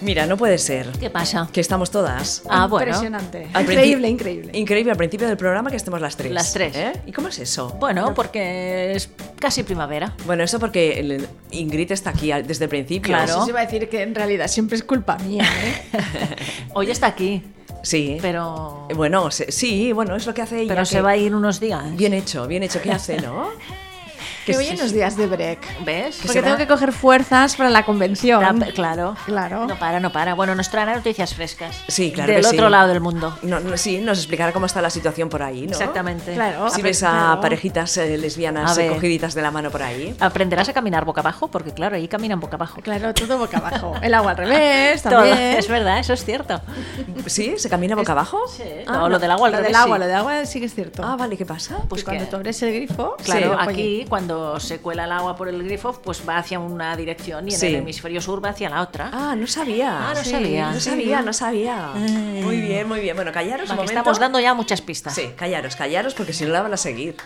Mira, no puede ser ¿Qué pasa? que estamos todas. Ah, bueno. Impresionante. Al princi- Increíble, increíble. Increíble, al principio del programa que estemos las tres. Las tres. ¿eh? ¿Y cómo es eso? Bueno, porque es casi primavera. Bueno, eso porque el- Ingrid está aquí al- desde el principio. Claro. Eso se iba a decir que en realidad siempre es culpa mía, ¿eh? Hoy está aquí, Sí. pero, Eh, Bueno, se- sí, bueno, es lo que hace ella. pero se que- va a ir unos días. Bien hecho, bien hecho. ¿Qué hace, no? que hoy en los días de break. ¿Ves? Porque tengo que coger fuerzas para la convención. Está- Claro. Claro. No para, no para. Bueno, nos traerá noticias frescas. Sí, claro Del que sí. otro lado del mundo. No, no, sí, nos explicará cómo está la situación por ahí, ¿no? Exactamente. Claro. Si ves a Claro. parejitas eh, lesbianas A eh, ver. cogiditas de la mano por ahí. Aprenderás a caminar boca abajo, porque claro, ahí caminan boca abajo. Claro, todo boca abajo. El agua al revés, Todo. también. Es verdad, eso es cierto. ¿Sí? ¿Se camina boca abajo? Ah, no, lo del agua al lo revés, del agua, sí. lo del agua sí que es cierto. Ah, vale, ¿qué pasa? pues Pues cuando que- tú abres el grifo, Claro, sí, aquí cuando se cuela el agua por el grifo, pues va hacia una dirección y en Sí. el hemisferio sur va hacia la otra. Ah, no sabía. Ah, no Sí, sabía. Eh. No sabía, no sabía. Muy bien, muy bien. Bueno, callaros Va, un que momento. estamos dando ya muchas pistas. Sí, callaros, callaros, porque si no la van a seguir.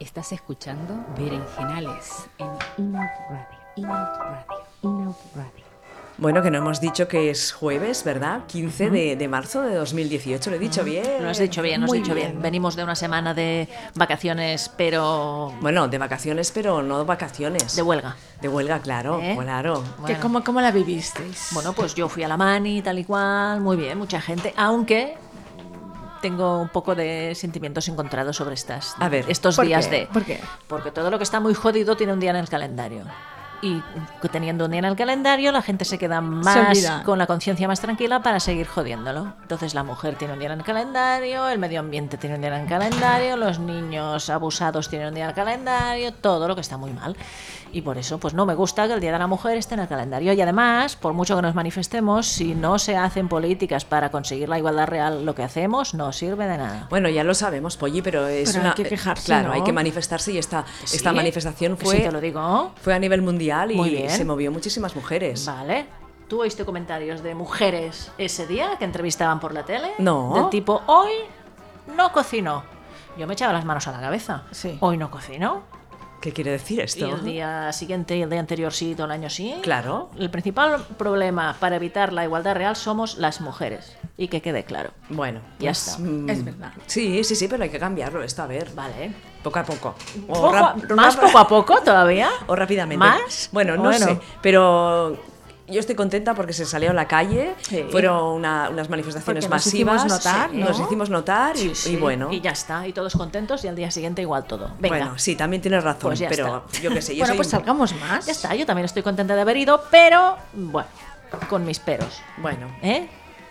Estás escuchando Berenjenales en Inout Radio. Inout Radio. Inout Radio. Bueno, que no hemos dicho que es jueves, ¿verdad? 15 de, de marzo de 2018. Lo he dicho bien. Lo has dicho bien, lo has Muy dicho bien. bien. Venimos de una semana de vacaciones, pero Bueno, de vacaciones, pero no vacaciones. de huelga. De huelga, claro, ¿Eh? claro. ¿Que Bueno. cómo, ¿Cómo la vivisteis? Bueno, pues yo fui a la mani, tal y cual, muy bien, mucha gente, aunque tengo un poco de sentimientos encontrados sobre estas, A ver, estos ¿por días qué? de... ¿Por qué? Porque todo lo que está muy jodido tiene un día en el calendario. Y teniendo un día en el calendario, la gente se queda más olvida. con la conciencia más tranquila para seguir jodiéndolo. Entonces la mujer tiene un día en el calendario, el medio ambiente tiene un día en el calendario, los niños abusados tienen un día en el calendario, todo lo que está muy mal. Y por eso, pues no me gusta que el Día de la Mujer esté en el calendario. Y además, por mucho que nos manifestemos, si no se hacen políticas para conseguir la igualdad real, lo que hacemos no sirve de nada. Bueno, ya lo sabemos, Polly, pero es Pero hay una. eh, que quejarse, Claro, ¿no? hay que manifestarse y esta, esta Sí, manifestación que fue, sí te lo digo. fue a nivel mundial Muy y bien. se movió muchísimas mujeres. Vale. ¿Tú oíste comentarios de mujeres ese día que entrevistaban por la tele? No. Del tipo, hoy no cocino. Yo me echaba las manos a la cabeza. Sí. Hoy no cocino. ¿Qué quiere decir esto? Y el día siguiente y el día anterior sí, todo el año sí. Claro. El principal problema para evitar la igualdad real somos las mujeres. Y que quede claro. Bueno, Ya está. mm, Es verdad. Sí, sí, sí, pero hay que cambiarlo esto, a ver. Vale. Poco a poco. O Poco a- rap- ¿Más rap- poco a poco todavía? O rápidamente. ¿Más? Bueno, no Bueno. sé. Pero yo estoy contenta porque se salió a la calle. Sí. Fueron una- unas manifestaciones Porque nos masivas. hicimos notar, ¿no? Nos hicimos notar y, Sí, sí. y bueno. Y ya está. Y todos contentos y al día siguiente igual todo. Venga. Bueno, sí, también tienes razón, Pues ya pero está. yo qué sé. Yo bueno, soy- pues salgamos más. Ya está, yo también estoy contenta de haber ido, pero bueno, con mis peros. Bueno, ¿Eh?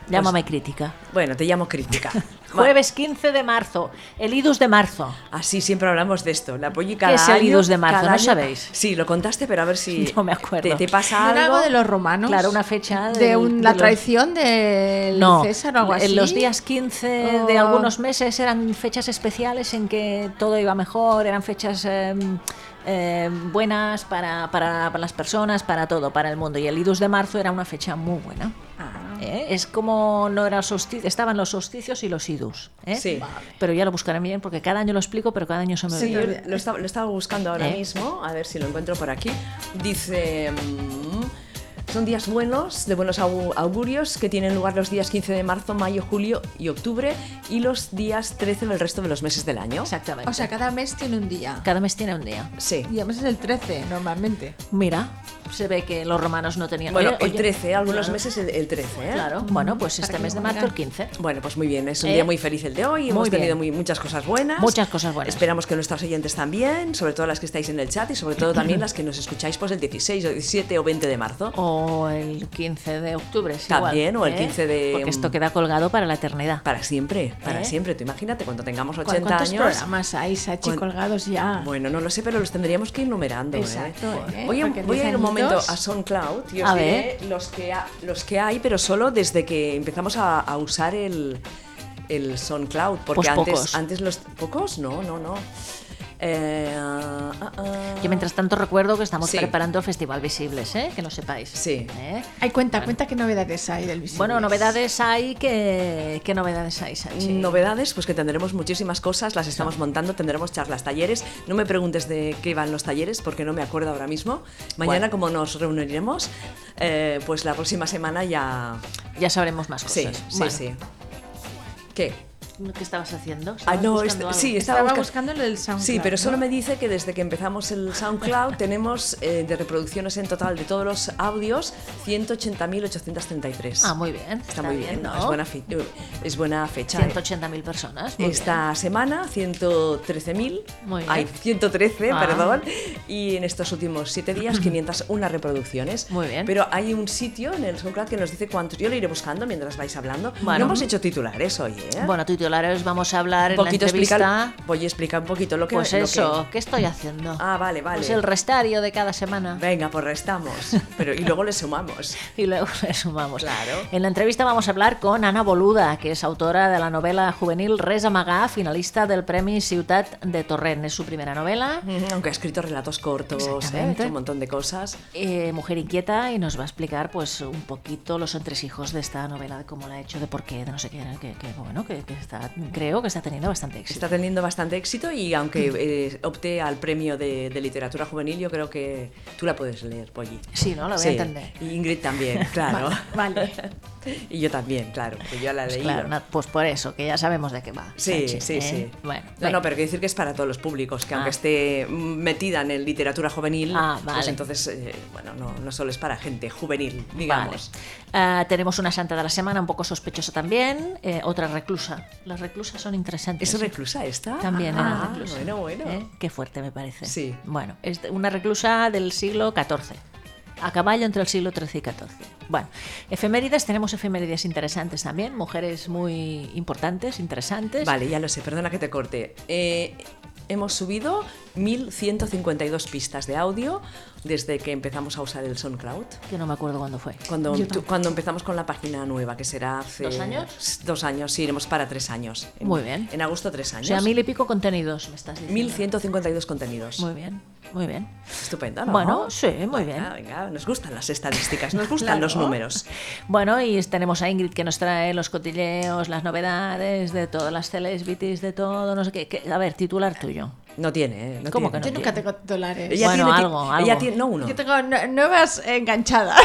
Llámame Pues crítica. bueno, te llamo crítica. Jueves 15 de marzo, el IDUS de marzo. Así siempre hablamos de esto. La Polly cada es el año- 2 de marzo? cada ¿No año- sabéis? Sí, lo contaste, pero a ver si No me acuerdo. te, te pasa ¿No algo. era algo de los romanos? Claro, una fecha de, del- un- de la los- traición del No, César o algo así. Oh. en los días 15 de O- algunos meses eran fechas especiales en que todo iba mejor, eran fechas eh, eh, buenas para, para- para las personas, para todo, para el mundo. Y el IDUS de marzo era una fecha muy buena. Ah, ¿eh? Es como no era solsti- estaban los solsticios y los idus. ¿eh? Sí. Pero ya lo buscaré bien porque cada año lo explico, pero cada año se me Sí, yo olvida. lo estaba, lo estaba buscando ahora ¿Eh? mismo, a ver si lo encuentro por aquí. Dice, mm, son días buenos, de buenos au- augurios, que tienen lugar los días 15 de marzo, mayo, julio y octubre, y los días 13 del resto de los meses del año. Exactamente. O sea, cada mes tiene un día. cada mes tiene un día. Sí. Y además es el 13, normalmente. Mira, se ve que los romanos no tenían. Bueno, Oye, el oye, 13, algunos claro, meses el, el 13, ¿eh? Claro, bueno, pues Para este que mes de no marzo vayan. el 15. Bueno, pues muy bien, es un ¿Eh? día muy feliz el de hoy, hemos Muy bien. tenido muy- muchas cosas buenas. Muchas cosas buenas. Esperamos que nuestros oyentes también, sobre todo las que estáis en el chat y sobre todo también las que nos escucháis pues el 16 o 17 o 20 de marzo. O el 15 de octubre, es También, igual, ¿eh? o el 15 de- Porque esto queda colgado para la eternidad. Para siempre, para ¿Eh? siempre. Tú imagínate cuando tengamos ¿Cuál- 80 ¿Cuántos años. programas hay, Sachi, ¿Cuán- colgados ya? Bueno, no lo sé, pero los tendríamos que ir numerando. ¿eh? Exacto, ¿eh? Voy, a, Porque voy a diez ir un momento añitos. a SoundCloud y os A diré los que, ha- los que hay, pero solo desde que empezamos a, a usar el, el SoundCloud. Porque Pues antes, pocos. antes los. ¿Pocos? No, no, no. Eh, ah, ah, ah. Yo mientras tanto recuerdo que estamos Sí. preparando el Festival Visibles, ¿eh? que lo sepáis. Sí. ¿Eh? Ay, cuenta, cuenta qué novedades hay del Visibles. Bueno, novedades hay que... ¿Qué novedades hay, Sachi? Novedades, pues que tendremos muchísimas cosas, las estamos montando, tendremos charlas, talleres. No me preguntes de qué van los talleres porque no me acuerdo ahora mismo. Mañana, como nos reuniremos, eh, pues la próxima semana ya. Ya sabremos más Sí, cosas. sí, Bueno, sí. ¿Qué? ¿Qué estabas haciendo? Ah, ¿Estabas no, buscando este- algo? sí, estaba, Estaba busca- buscando el del SoundCloud. Sí, pero solo ¿no? me dice que desde que empezamos el SoundCloud tenemos eh, de reproducciones en total de todos los audios 180.833. Ah, muy bien. Está, muy bien, ¿no? es, buena fe- es buena fecha. eh. 180.000 personas. muy Esta semana 113.000, Muy bien. ay, 113, Ah. perdón, y en estos últimos 7 días 501 reproducciones. Muy bien. Pero hay un sitio en el SoundCloud que nos dice cuántos, yo lo iré buscando mientras vais hablando. Bueno. No hemos hecho titulares hoy, ¿eh? bien. Bueno, titulares vamos a un hablar en la poquito entrevista. explicar, voy a explicar un poquito lo que Pues lo que- eso, ¿qué estoy haciendo? Ah, vale, vale. Pues el restario de cada semana. Venga, pues restamos, pero y luego le sumamos. Y luego le sumamos. Claro. En la entrevista vamos a hablar con Ana Boluda, que es autora de la novela juvenil Res a amagar, finalista del Premi Ciutat de Torrent. Es su primera novela. Aunque ha escrito relatos cortos, ¿eh? Ha Exactamente. hecho un montón de cosas. eh, mujer inquieta y nos va a explicar pues un poquito los entresijos de esta novela, de cómo la ha hecho, de por qué, de no sé qué, que, que, bueno, que, que está, creo que está teniendo bastante éxito. Está teniendo bastante éxito y aunque Mm. eh, opte al premio de, de literatura juvenil, yo creo que tú la puedes leer, Polly. Sí, ¿no? La voy a entender. Y Ingrid también, claro. Vale. y yo también, claro, que yo la he Pues leído. claro, na- pues por eso, que ya sabemos de qué va. Sí, Sánchez, sí, ¿eh? sí. Bueno, no, venga. no, pero quiero decir que es para todos los públicos, que Ah. aunque esté mm, metida en el literatura juvenil, Ah, pues vale. entonces, eh, bueno, no, no solo es para gente juvenil, digamos. Vale. Ah, tenemos una santa de la semana un poco sospechosa también, eh, otra reclusa. Las reclusas son interesantes. ¿eh? ¿Es reclusa esta? También ah, era reclusa. Bueno, bueno. ¿Eh? Qué fuerte me parece. Sí. Bueno, es de- una reclusa del siglo XIV. A caballo entre el siglo XIII y XIV. Bueno, efemérides, tenemos efemérides interesantes también, mujeres muy importantes, interesantes. Vale, ya lo sé, perdona que te corte. Eh, hemos subido 1152 pistas de audio desde que empezamos a usar el SoundCloud. Que no me acuerdo cuándo fue. Cuando, tú- cuando empezamos con la página nueva, que será hace... ¿Dos años? Dos años, sí, iremos para tres años. En- Muy bien. En agosto tres O años. sea, mil y pico contenidos, me estás diciendo. 1152 contenidos. Muy bien, muy bien. Estupendo, ¿no? Bueno, sí, muy bien. Venga, venga, nos gustan las estadísticas, nos gustan los Claro. números. Bueno, y tenemos a Ingrid que nos trae los cotilleos, las novedades de todas las celebrities, de todo, no sé qué. qué- a ver, titular tuyo. No tiene, ¿eh? No ¿Cómo tiene. que Yo no nunca tiene. tengo dólares. Ella Bueno, tiene, ti- algo, algo. Ella tiene, no uno. Yo tengo no- nuevas Ah, enganchadas.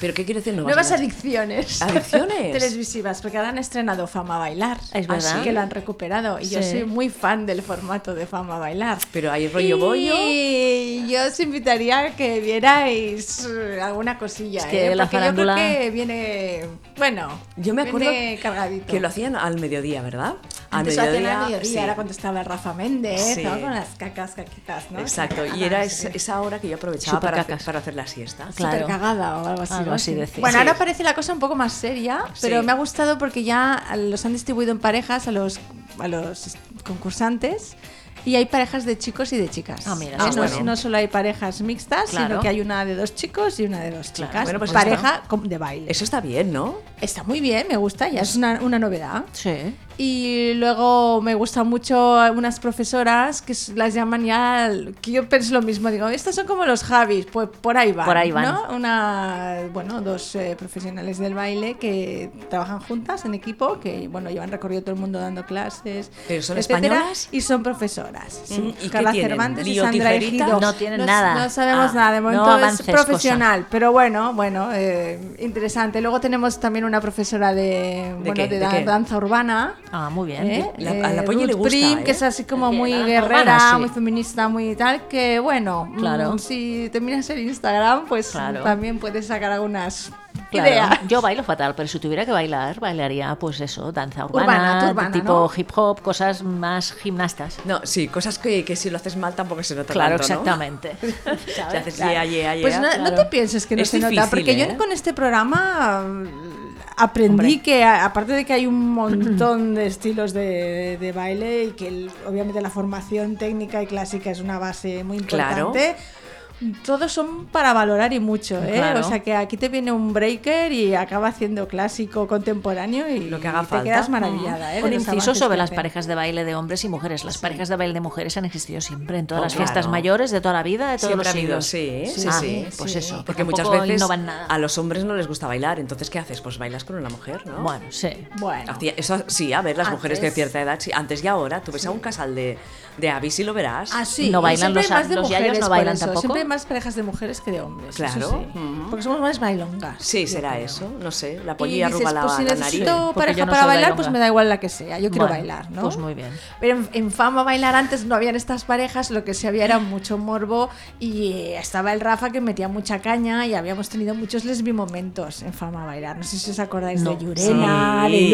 ¿Pero qué quiere decir nuevas? Nuevas nuevas? adicciones. ¿Adicciones? Televisivas, porque ahora han estrenado Fama Bailar. Es verdad. Así que lo han recuperado. Y yo Sí. soy muy fan del formato de Fama Bailar. Pero hay rollo bollo. Y yo os invitaría a que vierais eh, alguna cosilla. Es que ¿eh? la porque farándula- yo creo que viene. Bueno, Yo me acuerdo viene cargadito. que lo hacían al mediodía, ¿verdad? Antes lo hacían al mediodía, sí. era cuando estaba Rafa Méndez, Sí. ¿no? Con las cacas, caquitas, ¿no? Exacto, y Cacas, era sí. esa, esa hora que yo aprovechaba para hacer, Supercacas. para hacer la siesta. Claro. Súper cagada o algo así. Algo ¿no? así decía. Sí. Bueno, ahora parece la cosa un poco más seria, pero Sí. me ha gustado porque ya los han distribuido en parejas a los, a los concursantes y hay parejas de chicos y de chicas. Ah, mira, ¿Eh? eso no, está bueno. no solo hay parejas mixtas, Claro. sino que hay una de dos chicos y una de dos Claro. chicas. Bueno, pues pareja com- de baile. Eso está bien, ¿no? Está muy bien, me gusta, ya es una, una novedad. Sí. Y luego me gustan mucho algunas profesoras que s- las llaman ya, que yo pienso lo mismo, digo, estas son como los Javis, pues por ahí van. Por ahí van. ¿no? Una, bueno, dos eh, profesionales del baile que trabajan juntas en equipo, que bueno, llevan recorrido todo el mundo dando clases. ¿Pero son etcétera, españolas? Y son profesoras. sí. Mm, ¿y qué Carla tienen? Cervantes y ¿Lío Sandra tijerita? Ejido. No tienen s- nada. No sabemos Ah, nada, de no momento es avances, cosa. profesional, pero bueno, bueno, eh, interesante. Luego tenemos también una profesora de, bueno, qué? de ¿De dan- qué? danza urbana. Ah, muy bien. ¿Eh? La- a la Eh, Polly le Ruth gusta, Prim, ¿eh? que es así como Que muy la guerrera, romana, sí. muy feminista, muy tal, que bueno, Claro. mm, si terminas el Instagram, pues Claro. también puedes sacar algunas Claro, ideas. Yo bailo fatal, pero si tuviera que bailar, bailaría pues eso, danza urbana, Urbana, tú de urbana, tipo ¿no? hip hop, cosas más gimnastas. No, sí, cosas que, que si lo haces mal tampoco se nota Claro, tanto, ¿no? exactamente. Si haces yeah, yeah, yeah, Pues no, no te claro. pienses que no Es se nota, difícil, porque ¿eh? yo con este programa mm, aprendí que, a- aparte de que hay un montón de estilos de, de baile y que el- obviamente la formación técnica y clásica es una base muy Claro. importante. todos son para valorar y mucho, ¿eh? Claro. O sea que aquí te viene un breaker y acaba haciendo clásico contemporáneo y Lo que haga te falta. quedas maravillada, ¿eh? Un de los inciso avances sobre que las hacen. parejas de baile de hombres y mujeres. Las parejas de baile de mujeres han existido siempre, en todas Oh, las fiestas claro. mayores, de toda la vida, de todos Siempre los ha habido, siglos. sí, ¿eh? sí, Ah, sí. Pues sí. eso, Porque muchas tampoco veces innovan nada. a los hombres no les gusta bailar, entonces ¿qué haces? Pues bailas con una mujer, ¿no? Bueno, sí. Bueno, Hacía- eso, sí, a ver, las mujeres de Antes- cierta edad, sí, antes y ahora, tú ves a un casal de, de avis y lo verás. así. No bailan los- hay más de los yayos, mujeres no por bailan eso, tampoco. Siempre hay más parejas de mujeres que de hombres. eso Claro, sí. ujú. Porque somos más bailongas. sí, yo será creo. eso, no sé, la Y polla arruga dices, la, pues si la nariz. necesito porque yo pareja no para soy bailar, bailonga. pues me da igual la que sea. Yo quiero Bueno, bailar, ¿no? Pues muy bien. Pero en, en Fama Bailar antes no habían estas parejas, lo que se había era mucho morbo y eh, estaba el Rafa que metía mucha caña y habíamos tenido muchos lesbimomentos en Fama Bailar. No sé si os acordáis No. de Yurena, Sí. de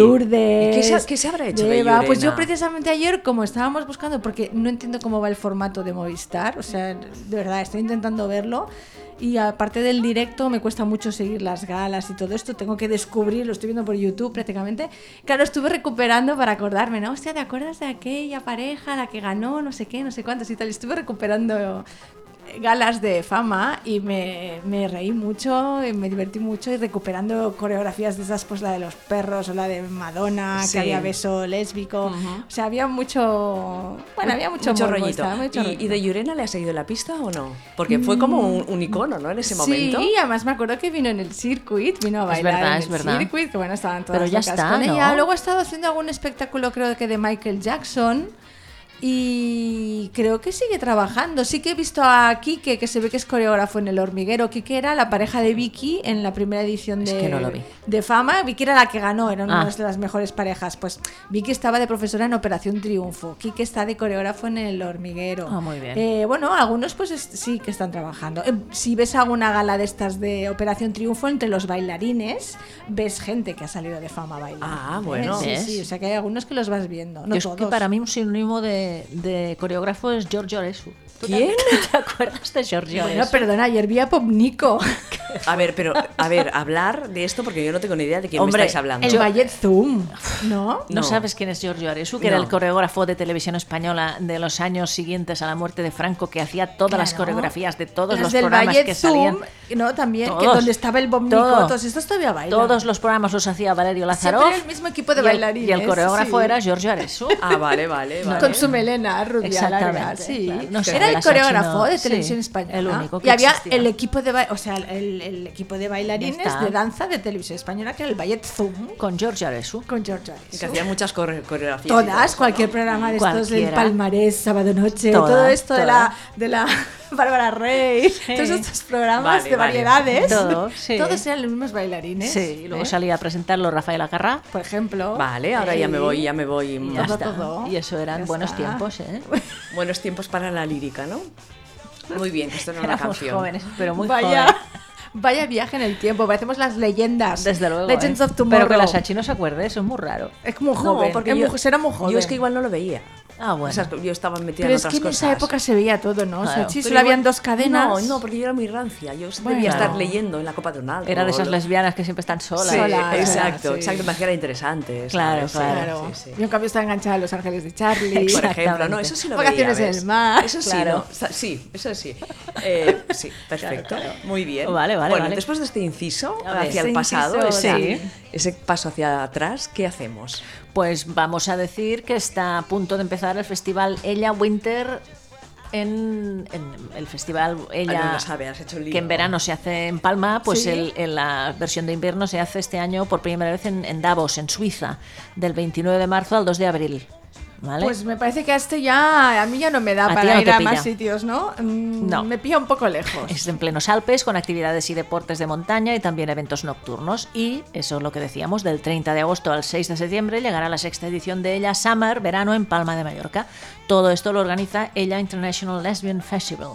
¿Y Lourdes. qué se- qué se habrá hecho de Eva? Pues yo Llurena? precisamente ayer, como estábamos buscando, porque no entiendo cómo va el formato de Movistar, o sea, de verdad, estoy intentando verlo. Y aparte del directo, me cuesta mucho seguir las galas y todo esto. Tengo que descubrir, lo estoy viendo por YouTube prácticamente. Claro, estuve recuperando para acordarme, ¿no? Hostia, ¿te acuerdas de aquella pareja, la que ganó, no sé qué, no sé cuántos y tal? Y estuve recuperando eh, galas de fama y me, me reí mucho, y me divertí mucho y recuperando coreografías de esas, pues la de los perros o la de Madonna, Sí. que había beso lésbico. O sea, había mucho. Bueno, había mucho, morbo, estaba mucho ¿Y, rollito. Mm. y de Yurena le has seguido la pista o no? Porque fue como un, un icono, ¿no? En ese momento. Sí, además me acuerdo que vino en el circuit, vino a bailar verdad, en es el verdad. circuit, que bueno, estaban todas Pero ya locas está, con ¿no? ella. Luego ha estado haciendo algún espectáculo, creo que de Michael Jackson. Y creo que sigue trabajando. Sí que he visto a Quique, que se ve que es coreógrafo en El Hormiguero. Quique era la pareja de Vicky en la primera edición Es de, que no lo vi. de Fama. Vicky era la que ganó, era Ah. una de las mejores parejas. Pues Vicky estaba de profesora en Operación Triunfo. Quique está de coreógrafo en El Hormiguero. Ah, muy bien. Eh, eh, bueno, algunos pues es- sí que están trabajando. Eh, si ves alguna gala de estas de Operación Triunfo entre los bailarines, ves gente que ha salido de fama a bailar. Ah, ¿eh? bueno. Sí, ¿Ves? sí, o sea que hay algunos que los vas viendo. Yo No es todos. que para mí un sinónimo de, de coreógrafo es Giorgio Oresu. ¿Tú ¿Quién? te- ¿Te acuerdas de Giorgio Bueno, Oresu? perdona, ayer vi a Popnico, A ver, pero, a ver, hablar de esto porque yo no tengo ni idea de quién Hombre, me estáis hablando. el Ballet Zoom, ¿no? No, No. sabes quién es Giorgio Aresu, que era No. el coreógrafo de televisión española de los años siguientes a la muerte de Franco, que hacía todas las Claro. coreografías de todos Las los del programas Ballet que salían. Zoom, ¿no? También, que Todos. donde estaba el Popnico, Todo. todos estos todavía bailan. Todos los programas los hacía Valerio Lázaro. Siempre el mismo equipo Y de el bailarines, coreógrafo sí. era Giorgio Aresu. Ah, vale, vale, vale. Con su melena rubia Exactamente, larga, sí. claro. No sé, Era de el las coreógrafo ocho no- de sí, televisión española. el único que y había existía. el equipo de ba- o sea, el, el equipo de Ya bailarines está. de danza de televisión española que era el ballet Zoom Con Giorgio Aresu. con George Harrison. Y que hacía muchas corre- coreografías. y todo Todas, eso, cualquier programa de estos del Cualquiera. Palmarés, Sábado Noche, Toda, todo esto de la, toda. de la Bárbara Rey, todos estos programas Vale, de vale. variedades, Todo, sí. todos eran los mismos bailarines. Sí, y luego ¿eh? salía a presentarlo Rafael Acarrá. Por ejemplo. ¿no? Vale, ahora ya me voy, ya me voy. Y mm, ya Todo, está. todo. Y eso eran Ya buenos está. tiempos, ¿eh? Buenos tiempos para la lírica, ¿no? Muy bien, que esto no es una Éramos canción. jóvenes, pero muy vaya, jóvenes. vaya viaje en el tiempo, parecemos las leyendas. Desde luego. Legends ¿eh? of Tomorrow. Pero que la Sachi no se acuerde, eso es muy raro. Es como No, joven, porque es yo, mu- será muy joven. Yo es que igual no lo veía. Ah, bueno. O sea, yo estaba metida Pero en es otras que en cosas. esa época se veía todo, ¿no? O sea, Claro. sí, Pero solo habían igual- dos cadenas. No, no, porque yo era muy rancia. Yo Bueno. debía estar leyendo en la copa de un álbum. Era de esas Lo- lesbianas que siempre están solas. Sí, Sola, exacto, sola, sí. exacto. Me hacía interesante. Claro, Claro. Sí, sí. Yo en cambio estaba enganchada a Los Ángeles de Charlie. Por Exactamente. ejemplo, no, eso sí lo veía, Vacaciones en ¿ves? el mar, Eso sí, claro. ¿no? Sa- Sí, eso sí. Eh, sí, perfecto. Muy bien. Oh, Vale, vale, Bueno, vale. después de este inciso A ver, hacia este el pasado, inciso, ese, sí. ese paso hacia atrás, ¿qué hacemos? Pues vamos a decir que está a punto de empezar el festival Ella Winter en, en el festival Ella Ah, no lo sabe, has hecho el lío. que en verano se hace en Palma, pues Sí. el- en la versión de invierno se hace este año por primera vez en, en Davos, en Suiza, del 29 de marzo al 2 de abril. ¿Vale? Pues me parece que a este ya, a mí ya no me da A ti ya para no ir te a pilla. más sitios, ¿no? Mm, No. Me pilla un poco lejos. Es en plenos Alpes, con actividades y deportes de montaña y también eventos nocturnos. Y eso es lo que decíamos, del 30 de agosto al 6 de septiembre llegará la sexta edición de Ella Summer, verano en Palma de Mallorca. Todo esto lo organiza Ella International Lesbian Festival.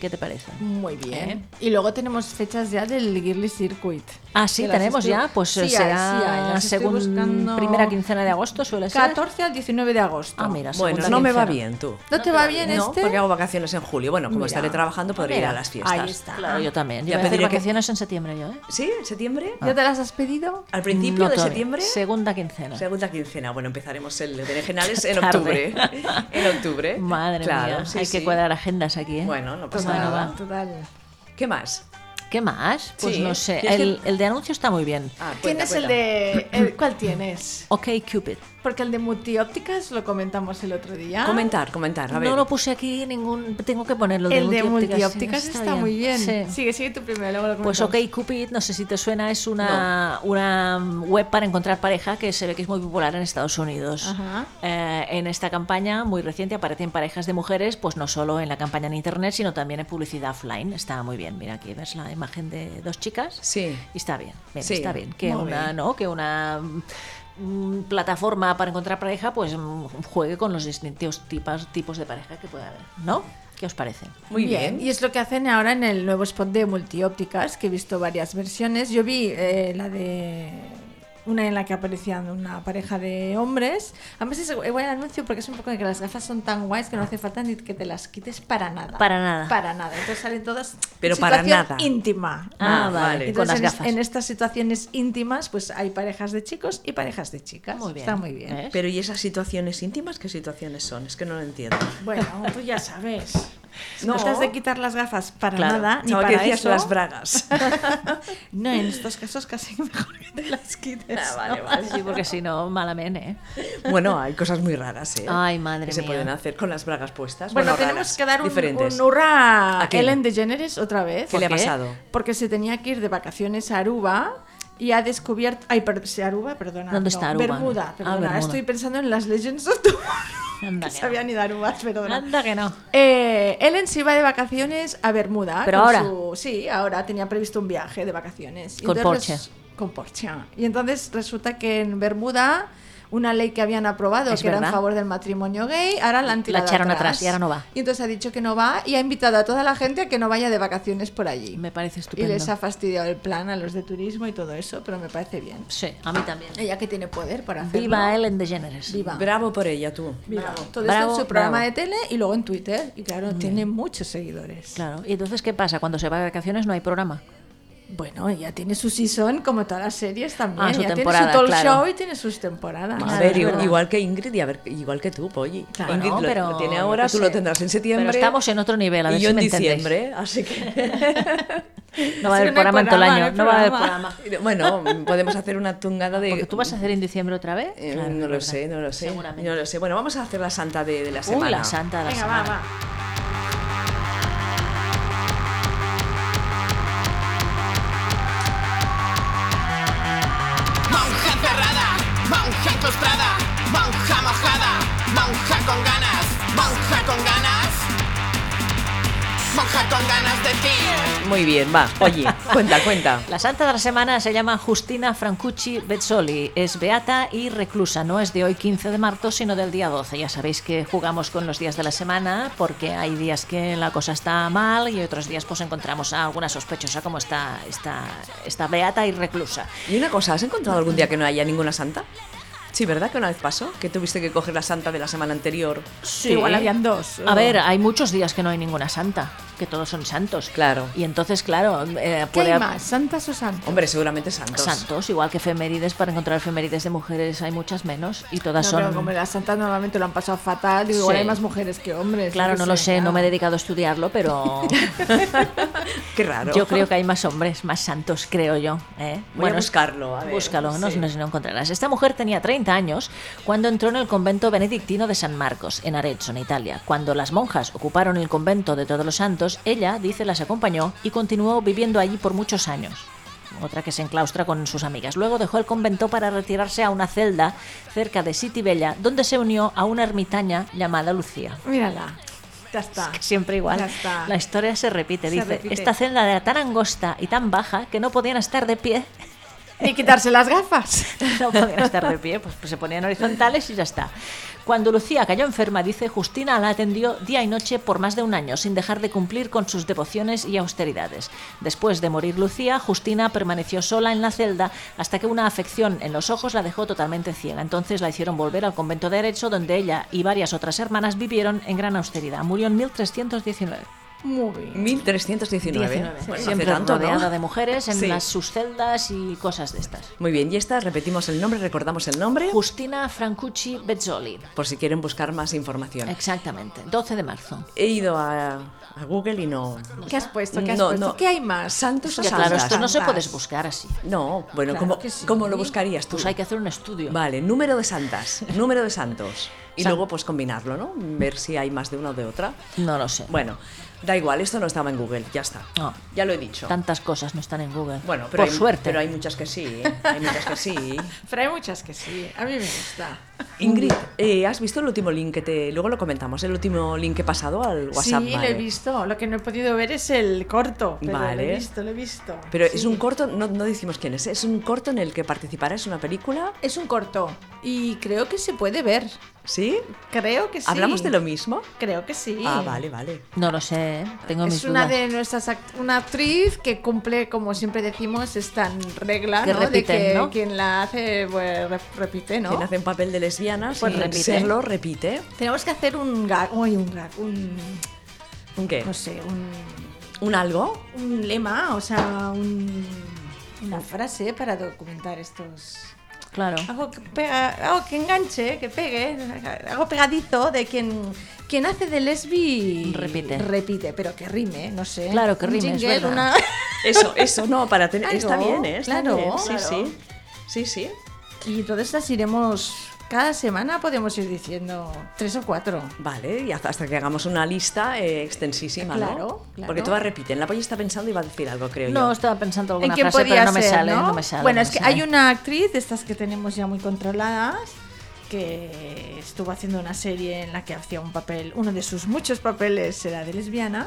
¿Qué te parece? Muy bien. Y luego tenemos fechas ya del Girly Circuit. ¿Eh? Ah, sí, Que las tenemos estoy- ya, pues Sí hay, sí hay, será las estoy según buscando. primera quincena de agosto suele ser. 14 al 19 de agosto. Ah, mira, Bueno, segunda no me va quincena. bien tú. ¿No, te va bien No, este? porque hago vacaciones en julio. Bueno, como Mira. estaré trabajando, podría ir Mira, a las fiestas. ahí está. Claro, yo también. Yo Ya voy a hacer pediré que- vacaciones en septiembre yo, ¿eh? ¿Sí? ¿En septiembre? ¿Ya te las has pedido? ¿Al principio Ah. No de todavía. septiembre? Segunda quincena. Segunda quincena. Bueno, empezaremos el de Berenjenales en Tarde. octubre. en octubre. Madre Claro, mía, sí, hay sí. que cuadrar agendas aquí, ¿eh? Bueno, no pasa nada. Total. ¿Qué más? ¿Qué más? Pues Sí. no sé. Es que- El, el de anuncio está muy bien. Ah, cuenta, Tienes el cuenta. de. el- ¿Cuál tienes? Ok, Cupid. Porque el de multiópticas lo comentamos el otro día. Comentar, comentar, a ver. No lo puse aquí ningún. Tengo que ponerlo. el de multiópticas sí, está, muy bien. Sí. Sigue, sigue tu primero, luego lo Pues comentamos. OK Cupid, no sé si te suena, es una, una web para encontrar pareja que se ve que es muy popular en Estados Unidos. Ajá. Eh, en esta campaña muy reciente aparecen parejas de mujeres, pues no solo en la campaña en internet, sino también en publicidad offline. Está muy bien. Mira aquí ves la imagen de dos chicas. Sí. Y está bien, bien, Sí, está bien. Que muy una, bien. ¿no? Que una mm, plataforma para encontrar pareja, pues mm, juegue con los distintos tipas- tipos de pareja que puede haber, ¿no? ¿Qué os parece? Muy bien. Y es lo que hacen ahora en el nuevo spot de multiópticas, que he visto varias versiones. Yo vi eh, la de. Una en la que aparecían una pareja de hombres. Además es buen anuncio porque es un poco de que las gafas son tan guays que no hace falta ni que te las quites para nada. Para nada. Para nada. Entonces salen todas Pero en para situación nada. íntima. Ah, Ah, vale. vale, Entonces, con las en, gafas. en estas situaciones íntimas, pues hay parejas de chicos y parejas de chicas. Muy bien. ¿Eh? Está muy bien. ¿Ves? Pero ¿y esas situaciones íntimas qué situaciones son? Es que no lo entiendo. Bueno, tú ya sabes. No. No te has de quitar las gafas para Claro. nada, ni Pensaba para que decías eso. las bragas. No, en estos casos casi mejor que te las quites. ¿no? Sí, porque si no, malamente, ¿eh? bueno, hay cosas muy raras, ¿eh? Ay, madre que se mía. pueden hacer con las bragas puestas. Bueno, Bueno, tenemos raras, que dar un, diferentes. un hurra ¿A a quién? Ellen DeGeneres otra vez. ¿Qué le ha ¿Por qué? pasado? Porque se tenía que ir de vacaciones a Aruba y ha descubierto... Ay, per- sí, Aruba, perdona. ¿Dónde no, está Aruba? Bermuda, Ah, perdona. Bermuda. Estoy pensando en las Legends of Tomorrow. Anda No que sabía ni de Aruba, no. perdona. Anda que no. Eh, Ellen se iba de vacaciones a Bermuda. Pero con ahora. su- sí, ahora tenía previsto un viaje de vacaciones. Y Con entonces- Porsche. Con Porsche. Y entonces resulta que en Bermuda una ley que habían aprobado Es que era en verdad. favor del matrimonio gay, ahora la han La tirado echaron atrás y ahora no va. Y entonces ha dicho que no va y ha invitado a toda la gente a que no vaya de vacaciones por allí. Me parece y estupendo. les ha fastidiado el plan a los de turismo y todo eso, pero me parece bien. Sí, a mí también. Ella que tiene poder para hacerlo. Viva Ellen DeGeneres. Viva. Bravo por ella, tú. Viva. Todo Bravo, esto en su programa bravo. de tele y luego en Twitter. Y claro, tiene muchos seguidores. Claro. ¿Y entonces qué pasa? Cuando se va de vacaciones no hay programa. Bueno, ya tiene su season como todas las series también. Ah, su ya tiene temporada, su talk claro. show y tiene sus temporadas. A Claro, ver, es i- verdad. igual que Ingrid y a ver, igual que tú, Polly. Claro, Ingrid lo, pero pues lo tiene yo ahora, qué tú sé. lo tendrás en septiembre. Pero estamos en otro nivel, a ver y si yo en me entendéis. diciembre, así que... No va a haber que no hay programa en todo el año. programa, no hay No va a haber programa. programa. bueno, podemos hacer una tungada de... Porque tú vas a hacer en diciembre otra vez. Eh, Claro, no lo verdad. sé, no lo sé. Seguramente. No lo sé. Bueno, vamos a hacer la santa de, de la Uy, semana. la santa de la Venga, va, semana. va. Monja encerrada, monja enclaustrada, monja mojada, monja con ganas, monja con ganas, monja con ganas de ti. Muy bien, va. Oye, cuenta, cuenta. La santa de la semana se llama Justina Francucci Bezzoli. Es beata y reclusa. No es de hoy 15 de marzo, sino del día 12. Ya sabéis que jugamos con los días de la semana porque hay días que la cosa está mal y otros días pues encontramos a alguna sospechosa como está esta, esta beata y reclusa. Y una cosa, ¿has encontrado algún día que no haya ninguna santa? Sí, ¿verdad que una vez pasó? Que tuviste que coger la santa de la semana anterior. Sí. Igual habían dos. A ver, hay muchos días que no hay ninguna santa, que todos son santos. Claro. Y entonces, claro, eh, ¿Qué puede hay hab- más? ¿Santas o santos? Hombre, seguramente santos. santos, igual que efemérides, para encontrar efemérides de mujeres hay muchas menos y todas No, son... pero como las santas normalmente lo han pasado fatal, digo, Sí. igual hay más mujeres que hombres. Claro, yo no lo sé, no claro. me he dedicado a estudiarlo, pero Qué raro. yo creo que hay más hombres, más santos, creo yo. ¿eh? Voy a es- buscarlo, a ver, búscalo, no, sí. no sé si lo encontrarás. Esta mujer tenía 30 años cuando entró en el convento benedictino de San Marcos, en Arezzo, en Italia. Cuando las monjas ocuparon el convento de Todos los Santos, ella, dice, las acompañó y continuó viviendo allí por muchos años. Otra que se enclaustra con sus amigas. Luego dejó el convento para retirarse a una celda cerca de Sitibella, donde se unió a una ermitaña llamada Lucía. Mírala. Ya está. Siempre igual. Ya está. La historia se repite. Se dice, repite. esta celda era tan angosta y tan baja que no podían estar de pie. Ni quitarse las gafas. No podían estar de pie, pues, pues se ponían horizontales y ya está. Cuando Lucía cayó enferma, dice, Justina la atendió día y noche por más de un año, sin dejar de cumplir con sus devociones y austeridades. Después de morir Lucía, Justina permaneció sola en la celda hasta que una afección en los ojos la dejó totalmente ciega. Entonces la hicieron volver al convento de Derecho, donde ella y varias otras hermanas vivieron en gran austeridad. Murió en 1319. Muy bien. 1319. Bueno, no hace Siempre tanto, ¿no? rodeada de mujeres en Sí. las, sus celdas y cosas de estas. Muy bien, y esta, repetimos el nombre, recordamos el nombre, Justina Francucci Bezzoli. por si quieren buscar más información. Exactamente, 12 de marzo. He ido a, a Google y no. ¿Qué has puesto? ¿Qué has No, puesto? no. ¿Qué hay más? Santos o Ya, claro, santas. esto no se santas. puedes buscar así. No, bueno, ¿cómo, cómo lo buscarías tú? Pues hay que hacer un estudio. Vale, número de santas, número de santos. Y San- luego pues combinarlo, ¿no? Ver si hay más de una o de otra. No lo sé. Bueno, da igual, esto no estaba en Google, ya está. No. Ya lo he dicho. Tantas cosas no están en Google. Bueno, pero Por hay, suerte. Pero hay muchas que sí, ¿eh? hay muchas que sí. Pero hay muchas que sí. A mí me gusta. Ingrid, eh, ¿has visto el último link que te... Luego lo comentamos, el último link que he pasado al WhatsApp? sí, vale. lo he visto. Lo que no he podido ver es el corto. Pero Lo Vale. he visto, lo he visto. Pero Sí. es un corto, no, no decimos quién es, ¿eh? es un corto en el que participará, es una película, Es un corto. Y creo que se puede ver. ¿sí? Creo que sí. ¿Hablamos de lo mismo? Creo que sí. Ah, vale, vale. No lo sé, ¿eh? tengo mis Es una dudas. de nuestras act- una actriz que cumple, como siempre decimos, esta regla Que ¿no? repiten, de que ¿no? quien la hace pues, rep- repite, ¿no? Quien hace un papel de lesbiana, Pues sin repite. serlo, repite. Tenemos que hacer un gag, uy, un gag, un ¿Un qué? no sé, un ¿Un algo? un lema, o sea, un- una frase para documentar estos. Claro. Algo que, pega, algo que enganche, que pegue, algo pegadizo de quien, quien hace de lesbi. Repite. Repite, pero que rime, no sé. Claro, que Un rime, es jingle, verdad. una- Eso, eso, no, para tener... Claro, está bien, ¿eh? Está claro, bien, sí, claro. sí. Sí, sí. Y todas estas iremos. Cada semana podemos ir diciendo tres o cuatro. Vale, y hasta hasta que hagamos una lista eh, extensísima, ¿no? Claro, claro. Porque todas repiten. La polla está pensando y va a decir algo, creo No, yo. estaba pensando ¿En alguna quién frase, podía pero no me, ser, sale, ¿no? no me sale. Bueno, no es me que sale. hay una actriz de estas que tenemos ya muy controladas que estuvo haciendo una serie en la que hacía un papel, uno de sus muchos papeles era de lesbiana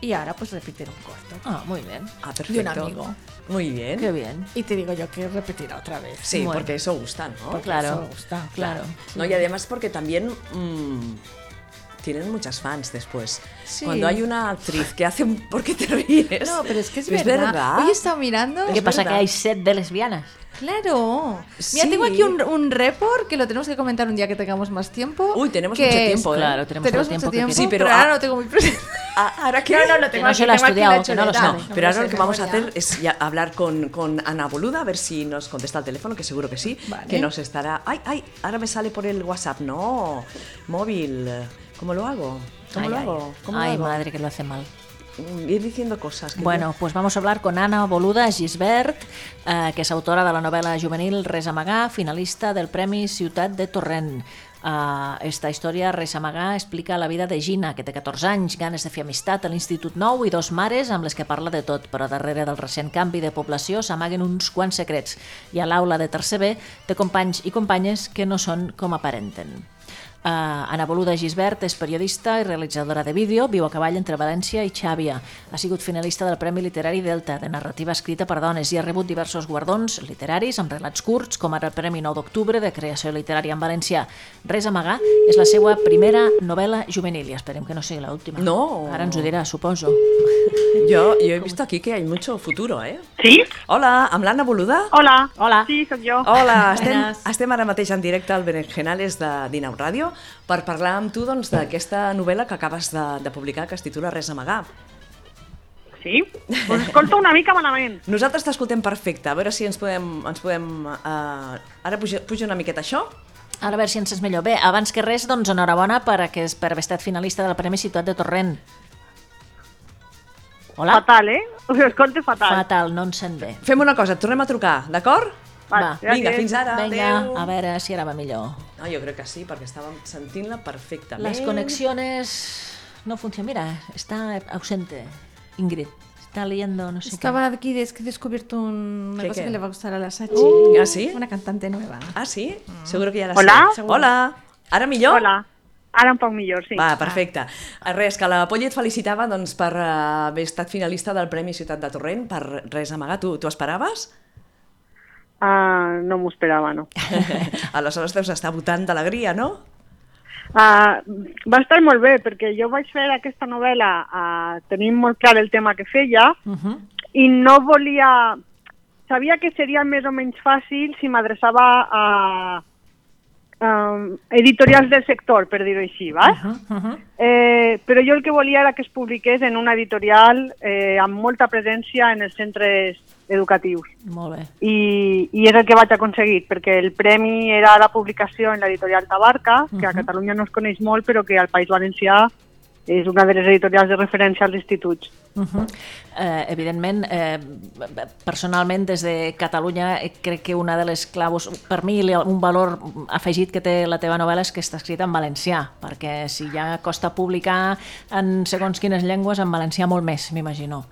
y ahora pues repetirá un corto. Ah, muy bien. Ah, perfecto. de un amigo. Muy bien. Qué bien. Y te digo yo que repetirá otra vez. Sí, Bueno. porque eso gusta, ¿no? Pues Pues claro. eso gusta. Claro. No, y además porque también mm, tienen muchas fans después. Sí. Cuando hay una actriz que hace un... ¿Por qué te ríes? No, pero es que es, verdad. Hoy he estado mirando. ¿Qué pasa? verdad. Que hay set de lesbianas. Claro. Sí. Mira, tengo aquí un, un report que lo tenemos que comentar un día que tengamos más tiempo. Uy, tenemos que mucho es- tiempo, ¿eh? Claro, tenemos, todo el tiempo, que Sí, quieras. pero pero, a- ahora lo tengo muy presente. Ah, ahora que... No, no, lo Que tengo no aquí, se lo ha tengo aquí estudiado, la que no lo chuleta. sabe. No, pero ahora lo que vamos a ya. hacer es ya hablar con, con Ana Boluda, a ver si nos contesta el teléfono, que seguro que sí, Vale. que nos estará... Ay, ay, ahora me sale por el WhatsApp, no, móvil, ¿cómo lo hago? ¿Cómo Ay, lo ay. hago? ¿Cómo Ay, lo hago? madre, que lo hace mal. Mm, Ir diciendo cosas. que Bueno, pues vamos a hablar con Anna Boluda Gisbert, eh, que és autora de la novel·la juvenil Res a amagar, finalista del Premi Ciutat de Torrent. Uh, esta història, Res a amagar, explica la vida de Gina, que té 14 anys, ganes de fer amistat a l'Institut Nou i dos mares amb les que parla de tot, però darrere del recent canvi de població s'amaguen uns quants secrets i a l'aula de tercer B té companys i companyes que no són com aparenten. Uh, Ana Boluda Gisbert és periodista i realitzadora de vídeo, viu a cavall entre València i Xàbia. Ha sigut finalista del Premi Literari Delta de narrativa escrita per dones i ha rebut diversos guardons literaris amb relats curts, com ara el Premi 9 d'octubre de creació literària en valencià. Res a amagar és la seva primera novel·la juvenil i esperem que no sigui l'última. No. Ara ens ho dirà, suposo. Yo, yo he visto aquí que hay mucho futuro, ¿eh? Sí? Hola, amb l'Anna Boluda? Hola. Hola. Sí, sóc jo. Hola, estem, estem ara mateix en directe al Berenjenales de Dinau Ràdio per parlar amb tu doncs, d'aquesta novel·la que acabes de, de publicar que es titula Res a amagar. Sí? Us escolto una mica malament. Nosaltres t'escoltem perfecte, a veure si ens podem... Ens podem eh, ara puja, puja una miqueta això. Ara a veure si ens sents millor. Bé, abans que res, doncs enhorabona per, a que, per haver estat finalista del Premi Ciutat de Torrent. Hola. Fatal, eh? Us escolto fatal. Fatal, no ens sent bé. Fem una cosa, et tornem a trucar, d'acord? Va, Gràcies. Vinga, fins ara. Vinga, adéu. a veure si ara va millor. No, jo crec que sí, perquè estàvem sentint-la perfectament. Las conexiones no funcionan. Mira, está ausente Ingrid. Está leyendo, no sé pues Estaba aquí, des- que he descubierto un- una ¿Qué, cosa qué? que le va a gustar a la Sachi. ¿ah, sí? Una cantante nueva. Ah, sí? Seguro que ja la Hola? sé. Hola. Ara millor? Hola. Ara em un poc millor, sí. Va, perfecte. Ah. Res, que la Polla et felicitava doncs, per eh, haver estat finalista del Premi Ciutat de Torrent, per res amagar. Tu, tu esperaves? Ah, no m'ho esperava, no. Aleshores deus estar votant d'alegria, no? Ah, va estar molt bé, perquè jo vaig fer aquesta novel·la ah, tenint molt clar el tema que feia i no volia... Sabia que seria més o menys fàcil si m'adreçava a, um, editorials del sector, per dir-ho així, val? eh, però jo el que volia era que es publiqués en una editorial eh, amb molta presència en els centres educatius. Molt bé. I, i és el que vaig aconseguir, perquè el premi era la publicació en l'editorial Tabarca, que a Catalunya no es coneix molt, però que al País Valencià és una de les editorials de referència als instituts. Ujú. Eh, evidentment, eh, personalment des de Catalunya eh, crec que una de les claus, per mi li- un valor afegit que té la teva novel·la és que està escrita en valencià, perquè si ja costa publicar en segons quines llengües, en valencià molt més, m'imagino.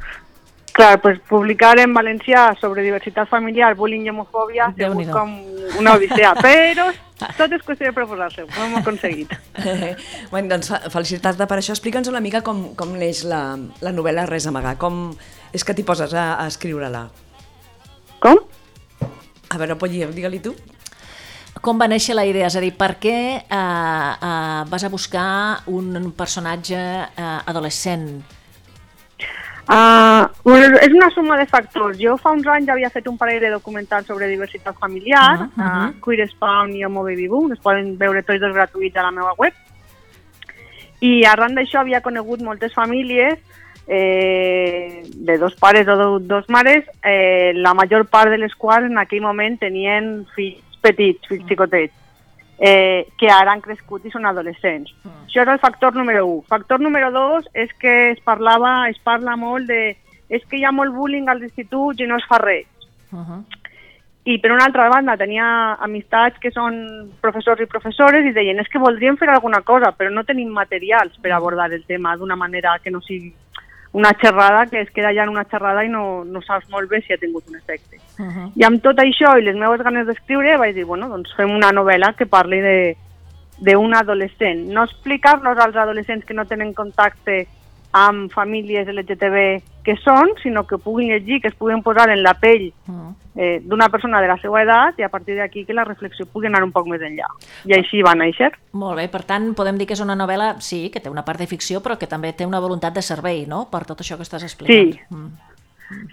Clar, pues publicar en valencià sobre diversitat familiar, bullying i homofòbia ha sigut Déu-n'hi-do. com una odissea, però tot és qüestió de proposar-se, ho hem aconseguit. bueno, doncs fe- felicitats per això. Explica'ns una mica com, com neix la, la novel·la Res a amagar. Com és que t'hi poses a, a escriure-la? Com? A veure, Polly, digue-li tu. Com va néixer la idea? És a dir, per què eh, eh, vas a buscar un personatge eh, adolescent? Uh, bueno, és una suma de factors. Jo fa uns anys havia fet un parell de documentals sobre diversitat familiar, uh -huh. uh, Queer Spawn i Homo Baby Boom, es poden veure tots dos gratuïts a la meva web. I arran d'això havia conegut moltes famílies eh, de dos pares o do, dos mares, eh, la major part de les quals en aquell moment tenien fills petits, fills xicotets eh, que ara han crescut i són adolescents. Això era el factor número 1. Factor número 2 és que es parlava, es parla molt de és que hi ha molt bullying als instituts i no es fa res. I per una altra banda tenia amistats que són professors i professores i deien és que voldríem fer alguna cosa però no tenim materials per abordar el tema d'una manera que no sigui una xerrada que es queda ja en una xerrada i no, no saps molt bé si ha tingut un efecte. I amb tot això i les meves ganes d'escriure vaig dir, bueno, doncs fem una novel·la que parli de d'un adolescent. No explicar-los als adolescents que no tenen contacte amb famílies LGTB que són, sinó que puguin llegir, que es puguin posar en la pell eh, d'una persona de la seva edat i a partir d'aquí que la reflexió pugui anar un poc més enllà. I així va néixer. Molt bé, per tant, podem dir que és una novel·la, sí, que té una part de ficció, però que també té una voluntat de servei, no?, per tot això que estàs explicant. Sí. Mm.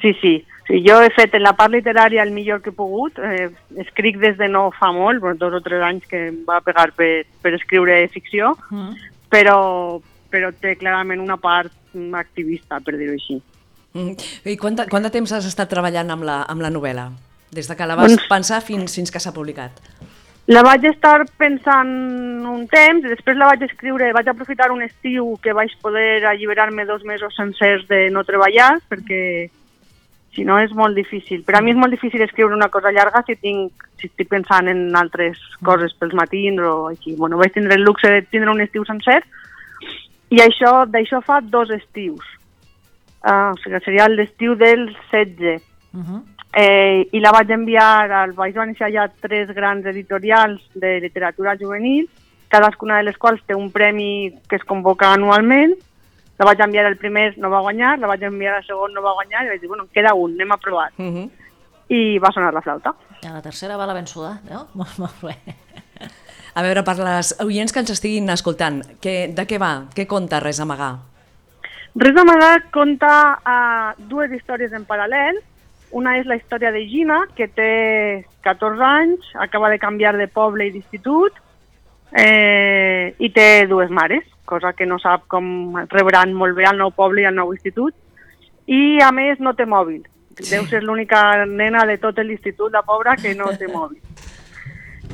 Sí, sí. sí jo he fet en la part literària el millor que he pogut. Eh, escric des de no fa molt, bueno, dos o tres anys que em va pegar per, per escriure ficció, però, però té clarament una part mm, activista, per dir-ho així. Mm. I quant de, quant de temps has estat treballant amb la, amb la novel·la? Des de que la vas Doncs- pensar fins, fins que s'ha publicat. La vaig estar pensant un temps, després la vaig escriure, vaig aprofitar un estiu que vaig poder alliberar-me dos mesos sencers de no treballar, perquè si no és molt difícil. Per a mi és molt difícil escriure una cosa llarga si, tinc, si estic pensant en altres coses pels matins o així. Bueno, vaig tindre el luxe de tindre un estiu sencer i això d'això fa dos estius. Ah, o sigui, seria l'estiu del 16. Mhm. Eh, I la vaig enviar al Baix Valencià, hi ha tres grans editorials de literatura juvenil, cadascuna de les quals té un premi que es convoca anualment. La vaig enviar el primer, no va guanyar, la vaig enviar al segon, no va guanyar, i vaig dir, bueno, en queda un, anem a provar. Uh -huh. I va sonar la flauta. A la tercera va la ben sudar, no? Molt, molt bé. A veure, per les oients que ens estiguin escoltant, que, de què va? Què conta Res a amagar? Res d'amagat conta uh, dues històries en paral·lel. Una és la història de Gina, que té 14 anys, acaba de canviar de poble i d'institut, eh, i té dues mares, cosa que no sap com rebran molt bé al nou poble i al nou institut. I, a més, no té mòbil. Deu ser l'única nena de tot l'institut, la pobra, que no té mòbil.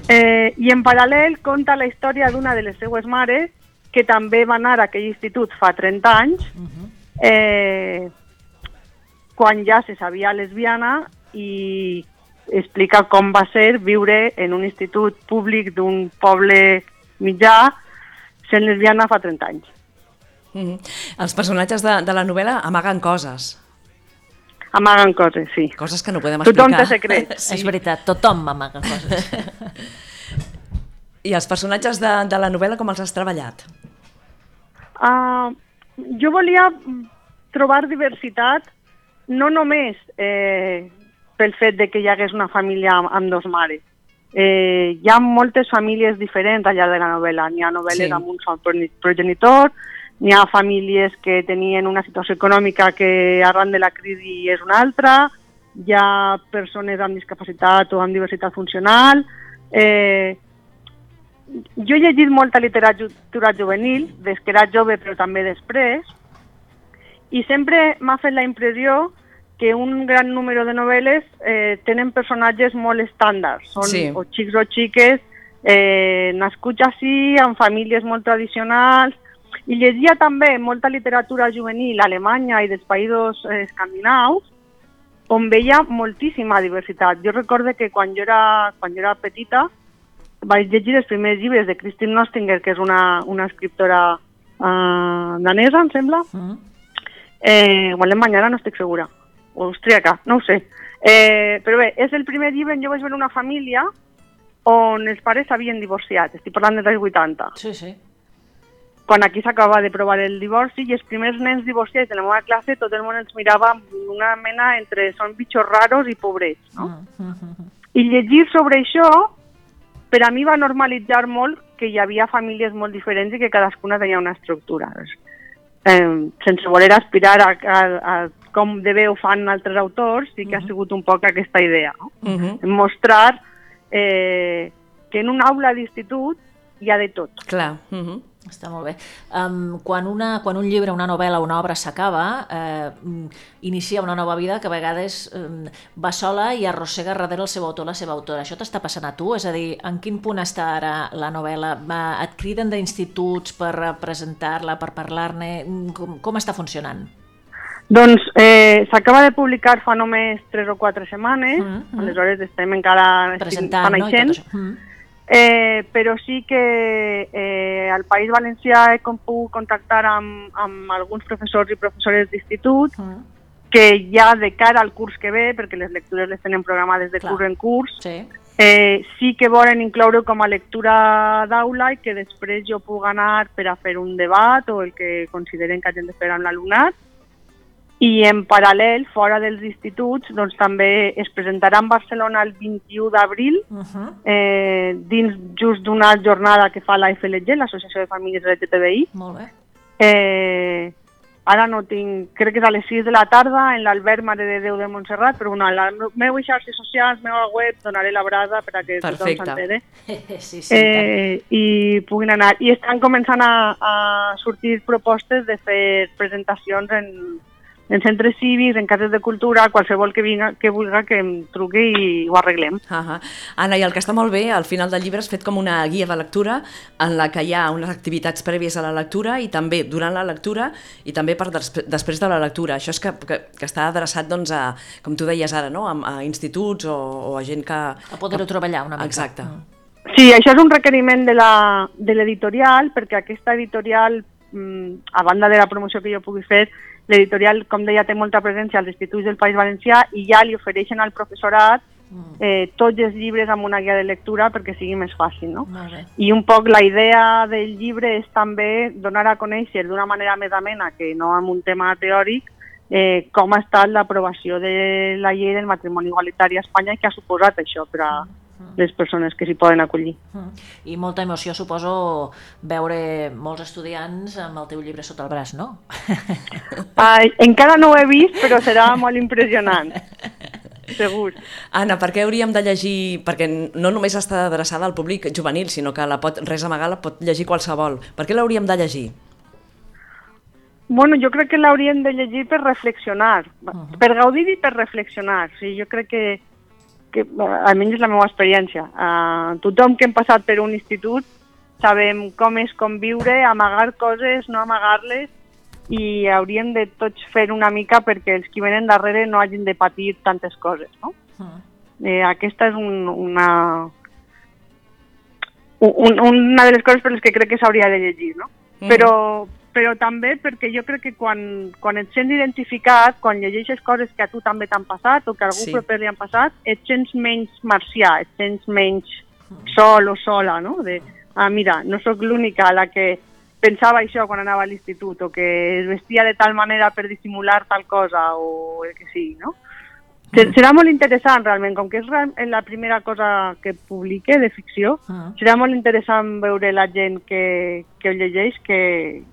Eh, I en paral·lel conta la història d'una de les seues mares que també va anar a aquell institut fa 30 anys, eh, quan ja se sabia lesbiana i explica com va ser viure en un institut públic d'un poble mitjà sent lesbiana fa 30 anys. Uh -huh. Els personatges de, de la novel·la amaguen coses, Amaguen coses, sí. coses que no podem explicar. Tothom té secrets. Sí. És veritat, tothom m'amaga coses. I els personatges de, de la novel·la com els has treballat? Ah, jo volia trobar diversitat no només eh, pel fet de que hi hagués una família amb, amb dos mares. Eh, hi ha moltes famílies diferents allà de la novel·la. N'hi ha novel·les Sí. sí. amb un sol progeni- progenitor, n'hi ha famílies que tenien una situació econòmica que arran de la crisi és una altra, hi ha persones amb discapacitat o amb diversitat funcional... Eh, jo he llegit molta literatura juvenil, des que era jove però també després, i sempre m'ha fet la impressió que un gran número de novel·les eh, tenen personatges molt estàndards. Són Sí. o xics o xiques eh, nascuts així, amb famílies molt tradicionals, i llegia també molta literatura juvenil alemanya i dels països eh, escandinaus, on veia moltíssima diversitat. Jo recordo que quan jo era, quan jo era petita vaig llegir els primers llibres de Christine Nostinger, que és una, una escriptora uh, danesa, em sembla, eh, o alemanya, ara no estic segura, o austríaca, no ho sé. Eh, però bé, és el primer llibre en què jo vaig veure una família on els pares s'havien divorciat, estic parlant dels anys 80 Sí, sí. quan aquí s'acaba de provar el divorci i els primers nens divorciats de la meva classe tot el món ens mirava amb una mena entre són bitxos raros i pobrets. No? I llegir sobre això per a mi va normalitzar molt que hi havia famílies molt diferents i que cadascuna tenia una estructura. Doncs, Eh, sense voler aspirar a, a, a com de bé ho fan altres autors, sí que ha sigut un poc aquesta idea. No? Ujú, Mostrar eh, que en una aula d'institut hi ha de tot. Clar. mhm. ujú. Està molt bé. Um, quan, una, quan un llibre, una novel·la, una obra s'acaba, eh, mm, inicia una nova vida que a vegades um, va sola i arrossega darrere el seu autor, la seva autora. Això t'està passant a tu? És a dir, en quin punt està ara la novel·la? Va, et criden d'instituts per eh, presentar-la, per parlar-ne? Mm, Com, com està funcionant? Doncs eh, s'acaba de publicar fa només 3 o 4 setmanes, Mm, mm. aleshores estem encara Presentant, no? I tot naixent, això. Mm. eh, però sí que eh, al País Valencià he com puc contactar amb, amb alguns professors i professores d'institut Mm. que ja de cara al curs que ve, perquè les lectures les tenen programades de Clar. curs en curs, Sí. eh, sí que volen incloure com a lectura d'aula i que després jo puc anar per a fer un debat o el que consideren que hagin de fer amb l'alumnat. I en paral·lel, fora dels instituts, doncs també es presentarà en Barcelona el 21 d'abril, Uh -huh. eh, dins just d'una jornada que fa la FLG, l'Associació de Famílies LGTBI. Molt bé. Eh, ara no tinc, crec que és a les 6 de la tarda en l'Albert Mare de Déu de Montserrat, però bueno, a les meves xarxes socials, meva web, donaré la brasa perquè Perfecte. tothom s'entere sí, sí. Eh... eh, i puguin anar. I estan començant a, a sortir propostes de fer presentacions en, en centres cívics, en cases de cultura, qualsevol que, vinga, que vulga que em truqui i ho arreglem. Ahà. Anna, i el que està molt bé, al final del llibre has fet com una guia de lectura en la que hi ha unes activitats prèvies a la lectura i també durant la lectura i també per des després de la lectura. Això és que, que, que està adreçat, doncs, a, com tu deies ara, no? a, a instituts o, o a gent que... A poder-ho treballar una mica. Exacte. Mm. Sí, això és un requeriment de la- de l'editorial, perquè aquesta editorial, mm, a banda de la promoció que jo pugui fer, l'editorial, com deia, té molta presència als instituts del País Valencià i ja li ofereixen al professorat eh, tots els llibres amb una guia de lectura perquè sigui més fàcil, no? Molt bé. I un poc la idea del llibre és també donar a conèixer d'una manera més amena que no amb un tema teòric eh, com ha estat l'aprovació de la llei del matrimoni igualitari a Espanya i què ha suposat això per a les persones que s'hi poden acollir. Mm. I molta emoció, suposo, veure molts estudiants amb el teu llibre sota el braç, no? Eh? Ai, Ah, encara no ho he vist, però serà molt impressionant. Segur. Anna, per què hauríem de llegir... Perquè no només està adreçada al públic juvenil, sinó que la pot, res amagar la pot llegir qualsevol. Per què l'hauríem de llegir? Bueno, jo crec que l'hauríem de llegir per reflexionar, per gaudir i per reflexionar. O sigui, jo crec que, que eh, almenys és la meva experiència. Uh, tothom que hem passat per un institut sabem com és conviure, amagar coses, no amagar-les, i hauríem de tots fer una mica perquè els que venen darrere no hagin de patir tantes coses, no? Eh, aquesta és un, una, un, una de les coses per les que crec que s'hauria de llegir, no? Però, però també perquè jo crec que quan, quan et sents identificat, quan llegeixes coses que a tu també t'han passat o que a algú Sí. proper li han passat, et sents menys marcià, et sents menys sol o sola, no? De, ah, mira, no sóc l'única a la que pensava això quan anava a l'institut o que es vestia de tal manera per dissimular tal cosa o el que sigui, no? Se- Serà molt interessant, realment, com que és ra- la primera cosa que publique de ficció, Mm. serà molt interessant veure la gent que, que ho llegeix, que,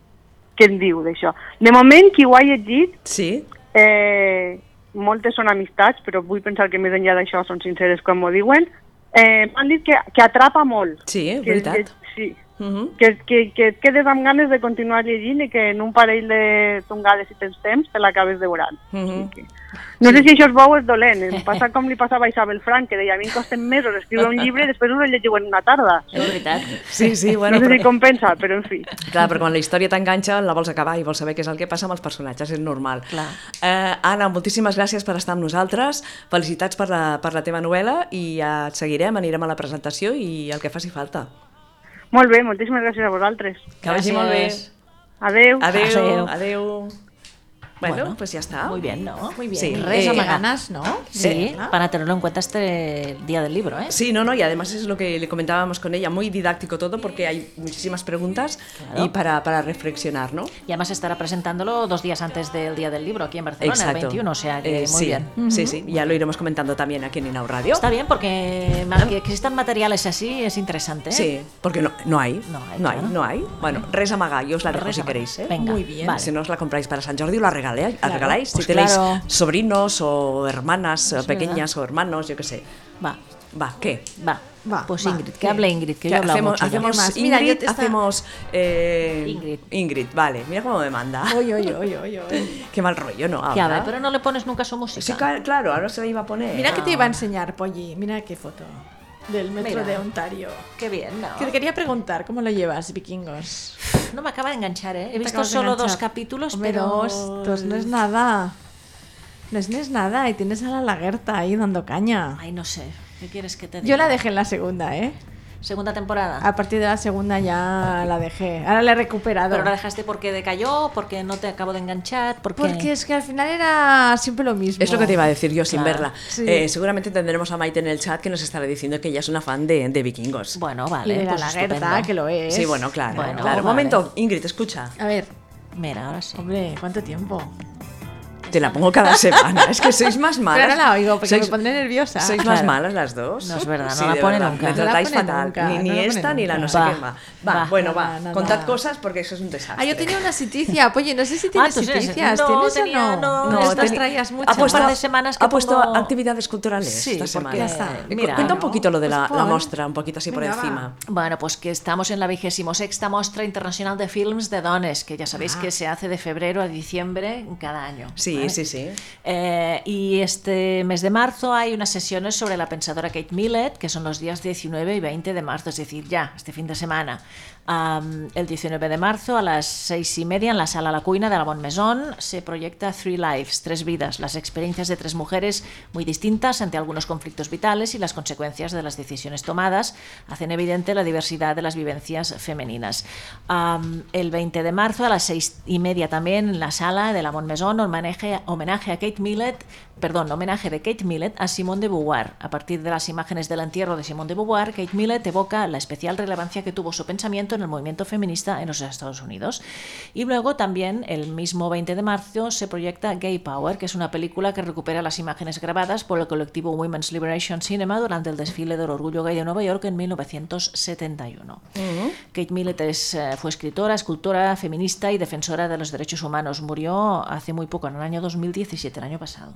que en diu d'això. De moment, qui ho ha llegit, Sí? eh, moltes són amistats, però vull pensar que més enllà d'això són sinceres quan m'ho diuen, eh, m'han dit que, que atrapa molt. Sí, que, veritat. Que, sí. Mhm. que, que, que et quedes amb ganes de continuar llegint i que en un parell de tongades i tens temps te l'acabes devorant. Mhm. Així que... No sé si això és bo o és dolent. Em passa com li passava a Isabel Frank, que deia a mi em costen mesos escriure un llibre i després us el llegiu en una tarda. És veritat. Sí, sí, bueno, No sé però, si compensa, però en fi. clar, però quan la història t'enganxa la vols acabar i vols saber què és el que passa amb els personatges, és normal. Clar. Eh, Anna, moltíssimes gràcies per estar amb nosaltres, felicitats per la, per la teva novel·la i ja et seguirem, anirem a la presentació i el que faci falta. Molt bé, moltíssimes gràcies a vosaltres. Que vagi molt bé. Gràcies. Adeu. Adéu, Adéu. adéu. Bueno, pues ya está. Muy bien, ¿no? Muy bien. Sí. Res Eh, a ganas, ¿no? Sí, para tenerlo en cuenta este día del libro, ¿eh? Sí, no, no, y además es lo que le comentábamos con ella, muy didáctico todo porque hay muchísimas preguntas Claro. y para, para reflexionar, ¿no? Y además estará presentándolo dos días antes del día del libro aquí en Barcelona, el 21, o sea que Eh, muy sí, bien. Sí, sí, ya lo iremos comentando también aquí en Inau Radio. Está bien porque ma- que existan materiales así es interesante. ¿eh? Em. Sí, porque no, no hay. No No hay, hay, claro. no hay. Bueno, res amaga, yo os la dejo Res si amaga. queréis. ¿eh? Venga, Muy bien. vale. Si no os la compráis para San Jordi, la regaláis. la regaláis pues si tenéis claro. Pues sobrinos o hermanas eh, pequeñas o hermanos, yo qué sé. Va, Va, ¿qué? va. Va, pues va. Ingrid, que hable Ingrid, que yo he hablado hacemos, mucho ya. hacemos Más. Ingrid, Mira, yo te estaba- hacemos eh, Ingrid. Ingrid, vale, mira cómo me manda. Oye, oye, oye, oye. oye. Qué mal rollo, ¿no? Ya Ahora. ve, pero no le pones nunca su música. Sí, ca- claro, ahora se la iba a poner. Mira que te iba a enseñar, Polly. Mira qué foto del metro Ah. de Mira. Ontario. Qué bien, ¿no? Que te quería preguntar, ¿cómo lo llevas, vikingos? No me acaba de enganchar, ¿eh? He visto acabas de solo dos enganchar. capítulos, Hombre, pero... dos, dos no es nada. No es, no es nada. Y tienes a la lagerta ahí dando caña. Ay, no sé. ¿Qué quieres que te diga? Yo la Ah, dejé en la segunda, ¿eh? Segunda temporada. A partir de la segunda ya la dejé. Ahora la he recuperado. Pero la dejaste porque decayó, porque no te acabo de enganchar, porque... Porque es que al final era siempre lo mismo. Es lo que te iba a decir yo sin Claro. verla. Sí. Eh, seguramente tendremos a Maite en el chat que nos estará diciendo que ella es una fan de, de vikingos. Bueno, Y vale, de pues la lagerta, estupendo. que lo es. sí, bueno, claro. Bueno, claro. vale. Un momento, Ingrid, escucha. A ver, Mira, ahora sí. hombre, ¿cuánto tiempo? Te la pongo cada semana. Es que sois más malas. Pero ahora la oigo porque sois, me pondré nerviosa. Sois Claro. más malas las dos. No es verdad, no Sí, la de pone verdad, nunca. Me No la tratáis pone fatal. nunca, ni ni no la pone esta ni la no sé nunca. qué va. Va, Va, bueno, nada, va. nada. Contad cosas porque eso es un desastre. Ah, yo tenía una siticia. Oye, no sé si Ah, tienes tú sí eres- siticias. no, ¿Tienes tenía- o no? no, No, estas estas teni- traías Ha muchas. puesto, Un par de semanas que ha puesto pongo- actividades culturales Sí, esta semana. porque- Ya está. Cuenta un Mira, poquito lo de la, pues la pon. mostra, un poquito así por Venga, va. encima. Bueno, pues que estamos en la 26 Mostra Internacional de Films de Dones, que ya Ah. sabéis que se hace de febrero a diciembre cada año. Sí, ¿vale? sí, sí. Eh, y este mes de marzo hay unas sesiones sobre la pensadora Kate Millett, que son los días 19 y 20 de marzo, es decir, ya, este fin de semana. Am, el 19 de marzo a las 6 y media en la sala La Cuina de la Bon Maison se proyecta Three Lives, Tres Vidas, las experiencias de tres mujeres muy distintas ante algunos conflictos vitales y las consecuencias de las decisiones tomadas hacen evidente la diversidad de las vivencias femeninas. Am, el 20 de marzo a las 6 y media también en la sala de la Bon Maison homenaje, homenaje a Kate Millett, perdón, homenaje de Kate Millett a Simone de Beauvoir. A partir de las imágenes del entierro de Simone de Beauvoir, Kate Millett evoca la especial relevancia que tuvo su pensamiento en el movimiento feminista en los Estados Unidos. Y luego también el mismo 20 de marzo se proyecta Gay Power, que es una película que recupera las imágenes grabadas por el colectivo Women's Liberation Cinema durante el desfile del orgullo gay de Nueva York en 1971. Kate Millett es, eh, fue escritora, escultora, feminista y defensora de los derechos humanos. Murió hace muy poco, en el año 2017, el año pasado.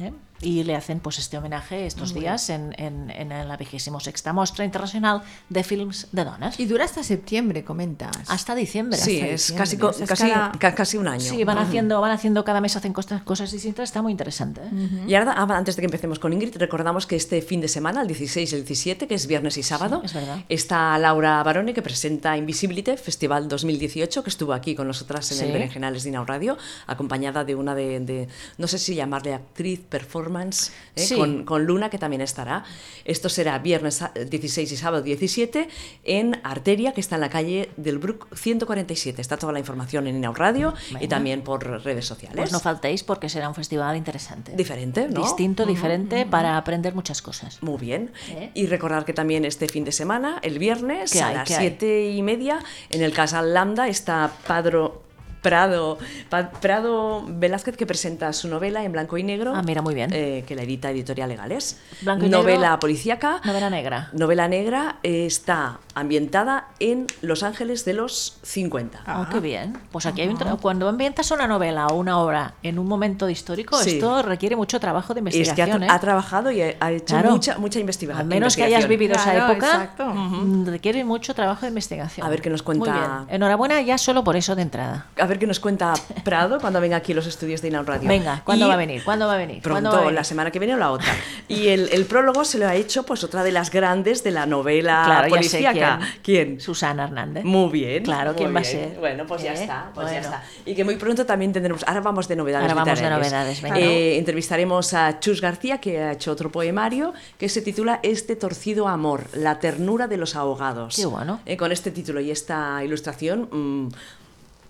¿eh? Y le hacen pues este homenaje estos días en, en- en la 26 Mostra Internacional de Films de Donas. Y dura hasta septiembre, comentas. Hasta diciembre. este Sí, es este diciembre, casi, co- o sea, es casi, cada- ca- casi un año. Sí, van haciendo, van haciendo cada mes hacen cosas, cosas distintas, está muy interesante. ¿eh? Y ahora, ah, antes de que empecemos con Ingrid, recordamos que este fin de semana, el 16 y el 17, que es viernes y sábado, Sí, es verdad. está Laura Barone, que presenta Invisibility Festival 2018, que estuvo aquí con nosotras en Sí. el Berenjenales de Inau Radio, acompañada de una de, de- no sé si llamarle actriz, performance, ¿eh? Sí. con, con Luna, que también estará. Esto será viernes a- 16 y sábado 17 en Arteria, que está en la calle del Brook 147. Está toda la información en Inau Radio y Venga. también por redes sociales. Pues no faltéis porque será un festival interesante. Diferente, ¿no? Distinto, diferente, para aprender muchas cosas. Muy bien. ¿Eh? Y recordar que también este fin de semana, el viernes, ¿Qué a hay? las ¿Qué hay? siete y media, en el Casal Lambda está Padro Prado, Pa- Prado Velázquez, que presenta su novela en blanco y negro. Ah, mira, muy bien. eh, que la edita Editorial Legales. Blanco y novela negro. policíaca. Novela negra. Novela negra eh, está ambientada en Los Ángeles de los 50. Ah, qué bien. Pues aquí hay un tra- cuando ambientas una novela o una obra en un momento histórico, Sí. esto requiere mucho trabajo de es que ha, investigación. tra- ¿eh? ha trabajado y ha, ha hecho Claro. mucha, mucha investiga- Al investigación. menos que hayas vivido esa Claro, época, exacto. mm, requiere mucho trabajo de investigación. A ver qué nos Muy cuenta. bien. Enhorabuena ya solo por eso de entrada. A ver qué nos cuenta Prado cuando venga aquí a los estudios de Inal Radio. Venga, ¿cuándo Y va a venir? ¿Cuándo va a venir? ¿Cuándo Pronto, va a venir? la semana que viene o la otra. Y el, el prólogo se lo ha hecho pues otra de las grandes de la novela Claro, ya sé policíaca. quién. Susana Hernández. Muy bien. Claro, muy ¿quién va a bien. ser? Bueno, pues ya ¿Eh? está, pues ya Bueno. está. Y que muy pronto también tendremos. Ahora vamos de novedades. Ahora vamos de literarias. novedades, venga. Eh, entrevistaremos a Chus García, que ha hecho otro poemario que se titula Este torcido amor, la ternura de los ahogados. Qué bueno. Eh, con este título y esta ilustración. mm,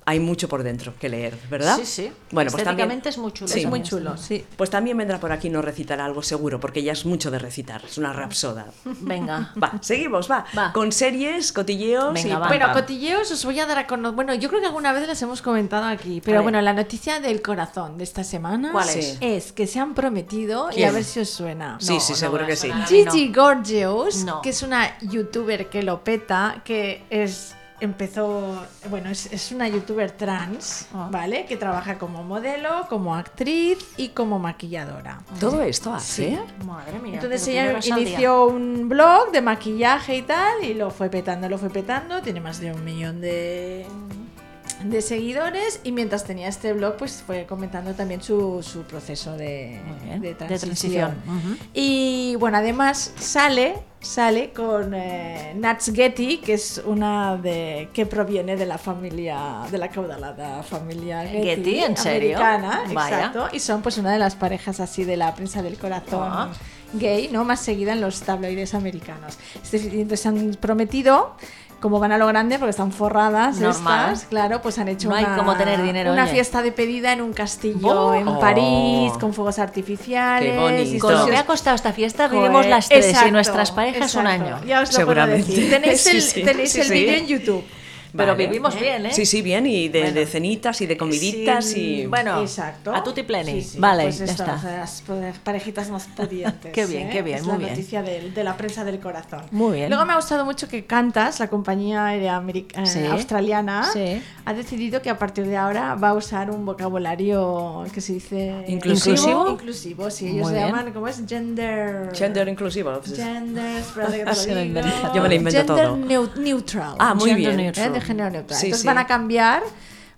hay mucho por dentro que leer, ¿verdad? Sí, sí. Bueno, pues también- Estéticamente es muy chulo Sí. también. Muy chulo, sí. Pues también vendrá por aquí y nos recitará algo seguro, porque ya es mucho de recitar, es una rapsoda. Venga. Va, seguimos, va. Va. Con series, cotilleos Venga, y va. Bueno, cotilleos os voy a dar a conocer. Bueno, yo creo que alguna vez las hemos comentado aquí, A pero ver. bueno, la noticia del corazón de esta semana ¿Cuál es? es que se han prometido y ¿Quién? a ver si os suena. Sí, sí, no seguro me que sí. suena. Gigi Gorgeous, No. que es una youtuber que lo peta, que es empezó, bueno, es, es una youtuber trans, Ah. ¿vale? Que trabaja como modelo, como actriz y como maquilladora. Todo esto hace. Madre mía. Entonces pero ella primeros al día. inició un blog de maquillaje y tal, y lo fue petando, lo fue petando, tiene más de un millón de, de seguidores, y mientras tenía este blog, pues fue comentando también su, su proceso de, Muy bien, de de transición. transición, ujú. Y bueno, además sale, sale con eh, Nats Getty, que es una de que proviene de la familia, de la caudalada familia Getty, Getty, ¿en serio? americana, Vaya. exacto. Y son pues una de las parejas así de la prensa del corazón Ah. gay, ¿no? Más seguida en los tabloides americanos. Este- Entonces han prometido, como van a lo grande, porque están forradas Normal. estas, claro, pues han hecho No hay una, como tener dinero, una oye. fiesta de pedida en un castillo ¡Oh! en París, con fuegos artificiales. Qué bonito. y Con lo socios- que ha costado esta fiesta, viviremos Joder, las tres y exacto, nuestras parejas un exacto. año. Ya os lo puedo Seguramente. decir. Tenéis Sí, el, sí, tenéis sí, el sí. vídeo en YouTube. Pero Vale. vivimos bien, ¿eh? Sí, sí, bien, y de, Bueno. de cenitas y de comiditas y... Bueno, Exacto. a tutti pleni. Sí, sí, vale, pues ya esto, está. o sea, Las parejitas más pudientes. Qué bien, ¿eh? qué bien, Es muy la bien. noticia del- de la prensa del corazón. Muy bien. Luego me ha gustado mucho que Cantas, la compañía aérea ameri- eh, Sí. australiana, Sí. ha decidido que a partir de ahora va a usar un vocabulario que se dice ¿Inclusivo? Inclusivo, Inclusivo, sí. Ellos Muy se bien. llaman, ¿cómo es? Gender. Gender inclusivo. pues, Gender, espera que te lo Se lo digo. inventa. Yo me lo invento Gender todo. neu- neutral. Ah, muy Gender bien. neutral. ¿eh? de género neutral. Sí, Entonces sí. van a cambiar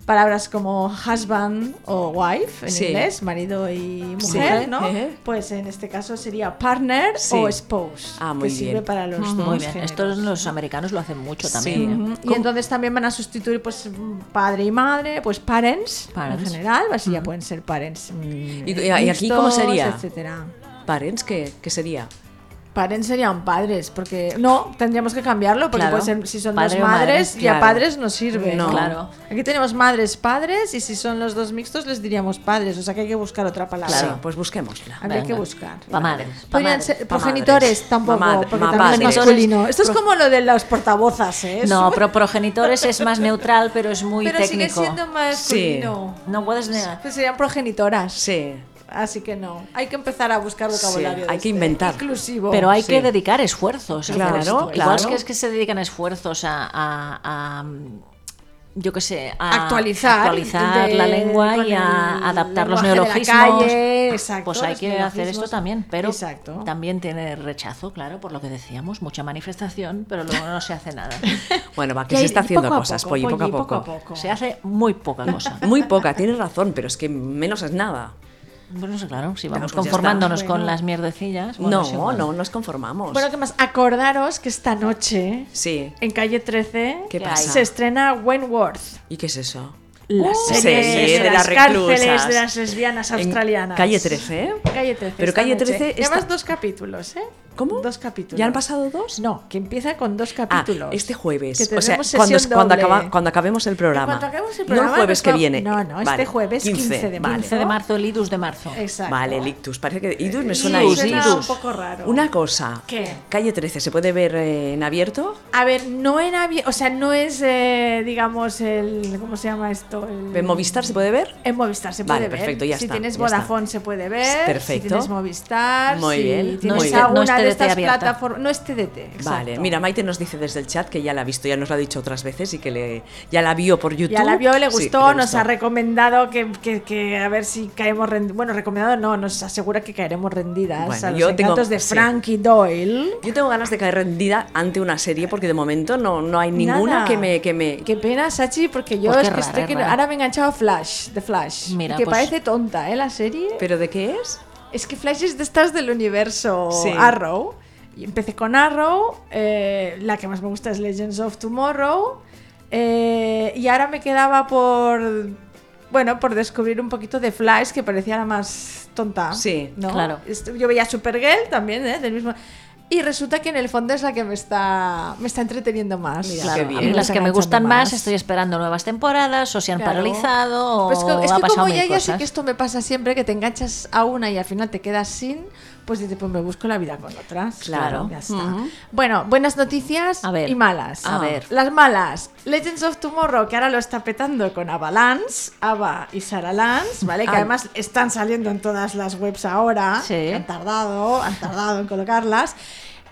palabras como husband o wife en Sí. inglés, marido y mujer, Sí. ¿no? Ejé. Pues en este caso sería partner Sí. o spouse, Ah, muy que sirve bien. para los dos Muy bien. géneros. Estos los americanos lo hacen mucho Sí. también. ¿eh? Ujú. Y entonces también van a sustituir pues padre y madre, pues parents, Parents. en general, así ya pueden ser parents. mm, ¿Y- y- Ah, y aquí cómo mixtos, sería? Etcétera. Parents, ¿qué, qué sería? Parents serían padres, porque no, tendríamos que cambiarlo, porque Claro. puede ser- si son Padre dos o madre, madres, ya claro. padres no sirve. No. Claro. Aquí tenemos madres, padres, y si son los dos mixtos les diríamos padres, o sea que hay que buscar otra palabra. Claro. pues busquémosla. Habría Venga. que buscar. Pa' madres, pa' Podrían madres, ser pa' progenitores madres. tampoco, Ma- madre- porque ma- también padres. es masculino. Esto es como lo de las portavozas, ¿eh? Es Pues No, un- pero progenitores es más neutral, pero es muy pero sigue técnico. siendo masculino. No puedes negar. Pues serían progenitoras. Sí. Así que no. Hay que empezar a buscar hay vocabulario. de que este. inventar. Inclusivo. Pero hay Sí. que dedicar esfuerzos. a Claro, hacer esto. Igual claro. que es que se dedican esfuerzos a, a- a, mm, yo qué sé, a actualizar, actualizar de- la lengua con y el a adaptar los lenguaje de la neologismos. calle, exacto, pues hay los que hacer esto neologismos. también, pero Exacto. también tiene rechazo, claro, por lo que decíamos, mucha manifestación, pero luego no se hace nada. Bueno, va, Que que se hay- está haciendo poco a cosas, poco, Polly, poco a Polly, poco. Se hace muy poca cosa. Muy poca, tienes razón, pero es que menos es nada. Bueno, sí, claro, si vamos Claro, pues ya conformándonos está. con Bueno. las mierdecillas. bueno, es No, igual. no, nos conformamos. Bueno, ¿qué más? Acordaros que esta noche, Sí. en calle 13, ¿Qué ¿Qué pasa? se estrena Wentworth. ¿Y qué es eso? La serie de las reclusas. cárceles de las lesbianas En australianas. calle 13, ¿eh? Calle 13. Pero esta Calle noche. 13 está- Llevas dos capítulos, ¿eh? ¿Cómo? Dos capítulos. ¿Ya han pasado dos? No, que empieza con dos Ah, capítulos. este jueves. Que O sea, tenemos cuando, sesión cuando, doble. acaba- cuando acabemos el programa. cuando acabemos el No programa el jueves nos que va- viene. No, no, este jueves, 15 de Vale, 15 de marzo, el IDUS de marzo. Exacto. vale el ictus. Parece que idus me Sí, suena a Idus, ictus. Idus. un poco raro. Una cosa. ¿Qué? Calle 13, ¿se puede ver eh, en abierto? A ver, no era bien, o sea, no es, eh, digamos, el, ¿cómo se llama esto? El- ¿En Movistar se puede ver? En Movistar se puede Vale, ver. perfecto, ya si está, tienes ya está. Vodafone se puede ver. Perfecto. Si tienes Movistar. Muy si bien, muy Tienes bien. alguna No es TDT de estas abierta. plataformas. No es TDT. Exacto. Vale, mira, Maite nos dice desde el chat que ya la ha visto, ya nos lo ha dicho otras veces y que le, ya la vio por YouTube. Ya la vio, le Sí, gustó, le nos gustó. ha recomendado que, que- que a ver si caemos rendidas. Bueno, recomendado no, nos asegura que caeremos rendidas Bueno, a los yo tengo- encantos de sí. Frankie Doyle. Yo tengo ganas de caer rendida ante una serie porque de momento no, no hay ninguna Nada. que me... Que me Qué pena, Sachi, porque yo Pues qué es que rara, estoy es que- rara. ahora me he enganchado a Flash, de Flash. Mira, que pues- parece tonta, ¿eh? La serie. ¿Pero de qué es? Es que Flash es de estas del universo Sí. Arrow. Y empecé con Arrow, eh, la que más me gusta es Legends of Tomorrow. eh, y ahora me quedaba por. Bueno, por descubrir un poquito de Flash, que parecía la más tonta. Sí, ¿no? claro. Esto- Yo veía Supergirl también, ¿eh? Del mismo. Y resulta que en el fondo es la que me está, me está entreteniendo más. Mira, Claro, qué a mí bien. las que me Enganchando gustan más. más. estoy esperando nuevas temporadas, o se han Claro. paralizado, Pues co- o es ha que pasado como mil ya, ya sé cosas. que esto me pasa siempre, que te enganchas a una y al final te quedas sin, pues dices, pues me busco la vida con otras. Claro. Ya está. Ujú. Bueno, buenas noticias A ver. y malas. A ver. Las malas. Legends of Tomorrow, que ahora lo está petando con Avalance, Ava y Sarah Lance, ¿vale? Que Ah. además están saliendo en todas las webs ahora. Sí. que Han tardado, han tardado en colocarlas.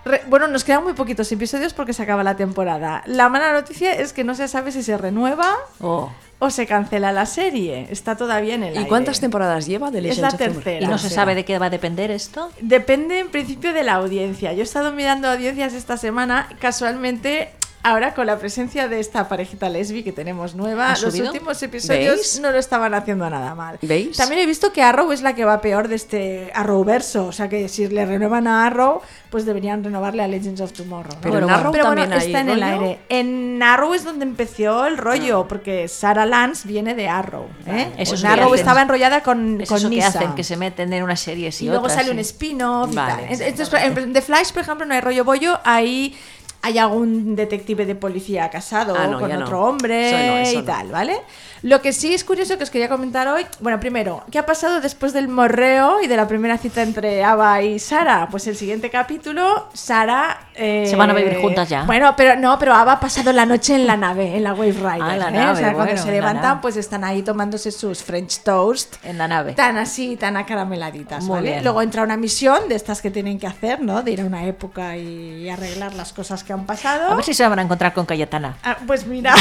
Re- bueno, nos quedan muy poquitos episodios porque se acaba la temporada. La mala noticia es que no se sabe si se renueva Oh, o se cancela la serie. Está todavía en el ¿Y aire. cuántas temporadas lleva de Es Legends la of Tomorrow? tercera. ¿Y no se Tercera. sabe de qué va a depender esto? Depende en principio de la audiencia. Yo he estado mirando audiencias esta semana, casualmente. Ahora con la presencia de esta parejita lesbi que tenemos nueva, ¿Ha los subido? últimos episodios ¿Veis? no lo estaban haciendo nada mal. ¿Veis? También he visto que Arrow es la que va peor de este Arrow verso, o sea que si le renuevan a Arrow, pues deberían renovarle a Legends of Tomorrow. ¿no? Pero en Arrow también hay está en el rollo. aire. En Arrow es donde empezó el rollo, porque Sarah Lance viene de Arrow. ¿eh? Ah. Eso En sí Arrow hacen. estaba enrollada con, Es con eso que Nyssa hacen, que se meten en una serie y luego sale un spin spin-off y Vale, tal. Entonces, en The Flash, por ejemplo, no hay rollo bollo, ahí hay algún detective de policía casado Ah, no, con ya no. otro hombre Eso no, eso y no. tal, ¿vale? Lo que sí es curioso que os quería comentar hoy, bueno, primero, ¿qué ha pasado después del morreo y de la primera cita entre Ava y Sara? Pues el siguiente capítulo, Sara... eh, Se van a vivir juntas ya. Bueno, pero no, pero Ava ha pasado la noche en la nave, en la Wave Rider. Ah, la ¿eh? o nave, sea, cuando bueno, se la levantan, nave. pues están ahí tomándose sus French toast En la nave. tan así, tan acarameladitas, Muy ¿vale? bien. Luego entra una misión de estas que tienen que hacer, ¿no? De ir a una época y arreglar las cosas que han pasado. A ver si se van a encontrar con Cayetana. Ah, pues mira,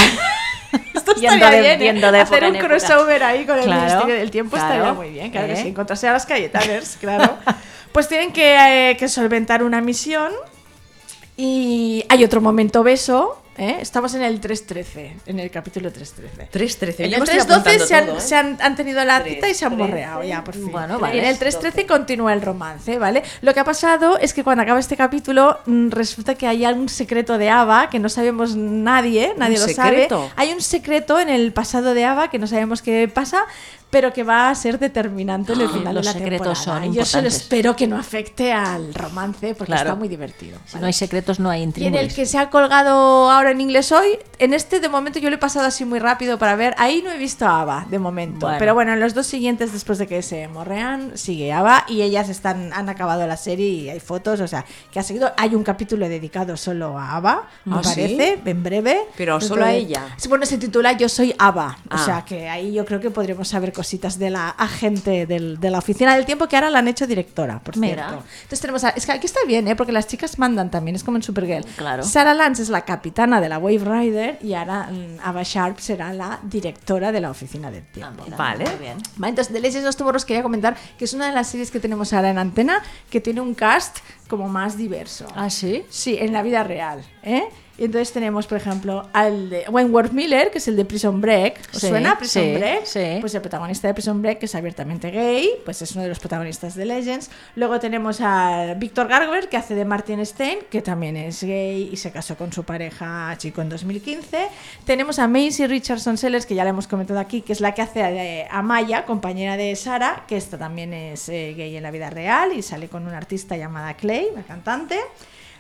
esto Yendo estaría de- bien, ¿eh? yendo de hacer época en un época. crossover ahí con Claro, el Ministerio del Tiempo estaría claro, muy bien, claro ¿eh? que sí, encontrarse a las Cayetaners, claro. Pues tienen que, eh, que solventar una misión y hay otro momento beso, ¿eh? Estamos en el 3.13, en el capítulo 3.13. 3.13. En Yo el me estoy 3.12 apuntando se, han, todo, ¿eh? se han, han tenido la Tres, cita y se han trece, borreado ya, por fin. bueno, vale. Y en el 3.13 continúa el romance, ¿vale? Lo que ha pasado es que cuando acaba este capítulo mm, resulta que hay algún secreto de Ava que no sabemos nadie, nadie lo secreto? sabe. Hay un secreto en el pasado de Ava que no sabemos qué pasa, pero que va a ser determinante en el Ah, final los de la secretos temporada. son Yo solo importantes. espero que no afecte al romance porque Claro. está muy divertido. Si ¿vale? no hay secretos, no hay Y en el intríngulis. que se ha colgado ahora en inglés hoy, en este de momento yo lo he pasado así muy rápido para ver. Ahí no he visto a Ava de momento. Bueno. Pero bueno, en los dos siguientes, después de que se morrean, sigue Ava y ellas están, han acabado la serie y hay fotos. O sea, que ha seguido. Hay un capítulo dedicado solo a Ava, me ¿Ah, sí? parece, en breve. Pero Dentro solo a de- ella. Sí, Bueno, se titula Yo soy Ava. Ah. O sea, que ahí yo creo que podremos saber cositas de la agente del- de la oficina del tiempo que ahora la han hecho directora, por Mira. cierto. Entonces tenemos a- Es que aquí está bien, ¿eh? Porque las chicas mandan también, es como en Supergirl. Claro. Sarah Lance es la capitana de la Wave Rider y ahora mm, Ava Sharp será la directora de la oficina del Ah, tiempo. mira, Vale. muy bien. Vale, Entonces, de Leyes de los Tomorrows quería comentar que es una de las series que tenemos ahora en antena que tiene un cast como más diverso. ¿Ah, sí? Sí, en la vida real, ¿eh? Y entonces tenemos, por ejemplo, al de Wentworth Miller, que es el de Prison Break. ¿Os Sí, suena Prison sí, Break? sí. Pues el protagonista de Prison Break, que es abiertamente gay, pues es uno de los protagonistas de Legends. Luego tenemos a Víctor Garber, que hace de Martin Stein, que también es gay y se casó con su pareja chico en 2015. Tenemos a Maisie Richardson Sellers, que ya la hemos comentado aquí, que es la que hace de Amaya, eh, compañera de Sara, que esta también es eh, gay en la vida real y sale con una artista llamada Clay. Day, la cantante.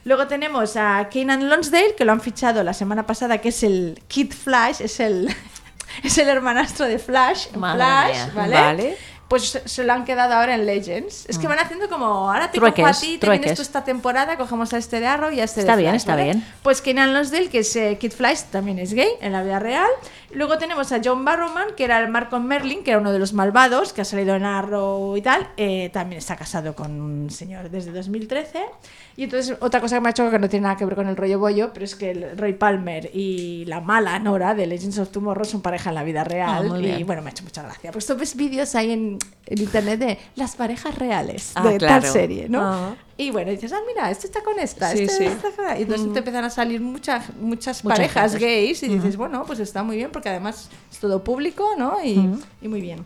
Luego tenemos a Keenan Lonsdale, que lo han fichado la semana pasada, que es el Kid Flash, es el, es el hermanastro de Flash. en Madre Flash, mía. ¿vale? Vale. Pues se- se lo han quedado ahora en Legends. Es que van haciendo como, ahora te cojo a Mm. Trueques, ti, te trueques. vienes tú esta temporada, cogemos a este de Arrow y a este Está de bien, Flash, está ¿vale? bien. Pues Kenan Lonsdale, que es eh, Kid Flash, también es gay en la vida real. Luego tenemos a John Barrowman, que era el Marco Merlin, que era uno de los malvados, que ha salido en Arrow y tal. Eh, también está casado con un señor desde 2013. Y entonces, otra cosa que me ha hecho que no tiene nada que ver con el rollo bollo, pero es que el Ray Palmer y la mala Nora de Legends of Tomorrow son pareja en la vida real. Ah, muy y bien. bueno, me ha hecho mucha gracia. Pues tú ves vídeos ahí en, en internet de las parejas reales Ah, de claro. tal serie, ¿no? Ajá. Y bueno, dices, ah, mira, este está con esta, Sí, este sí. está con Y Mm. entonces te empiezan a salir muchas Muchas muchas parejas gentes. gays y dices, bueno, pues está muy bien porque además es todo público, ¿no? Y, y muy bien.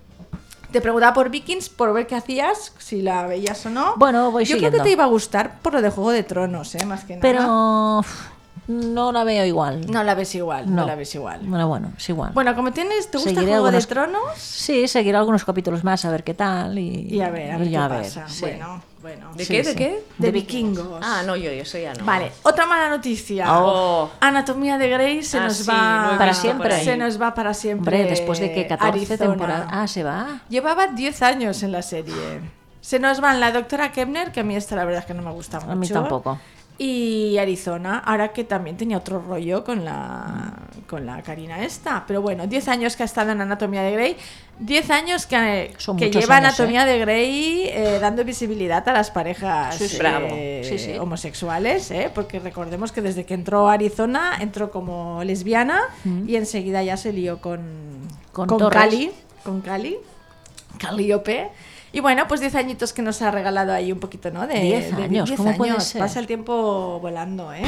Te preguntaba por Vikings, por ver qué hacías, si la veías o no. Bueno, voy Yo creo siguiendo. que te iba a gustar por lo de Juego de Tronos, ¿eh? Más que nada. Pero uf, no la veo igual. No la ves igual, no, No. la ves igual. Bueno, bueno, es igual. Bueno, como tienes, ¿te gusta Seguiré Juego algunos- de Tronos? Sí, seguiré algunos capítulos más a ver qué tal y, Y a ver, a ver y qué a ver, pasa. sí. Bueno, bueno. ¿De Sí, qué? ¿De sí. qué? De vikingos. Ah, no, yo eso ya no. Vale, otra mala noticia. Oh. Anatomía de Grey se Ah, nos sí, lo he va visto Para siempre. por ahí. Se nos va para siempre. Hombre, después de que 14 Arizona. temporadas. Ah, se va. Llevaba 10 años en la serie. Se nos van la doctora Kepner, que a mí esta la verdad es que no me gusta mucho. A mí tampoco. Y Arizona, ahora que también tenía otro rollo con la, con la Karina esta. Pero bueno, 10 años que ha estado en Anatomía de Grey, 10 años que, Son que muchos lleva años, Anatomía de Grey eh, dando visibilidad a las parejas Sí, sí. eh, Bravo. Sí, sí. homosexuales, ¿eh? porque recordemos que desde que entró a Arizona entró como lesbiana y enseguida ya se lió con, Con Torres. Cali. Con Cali. Calliope. Y bueno, pues 10 añitos que nos ha regalado ahí un poquito, ¿no? De 10 de años, ¿cómo puede ser? Pasa el tiempo volando, ¿eh?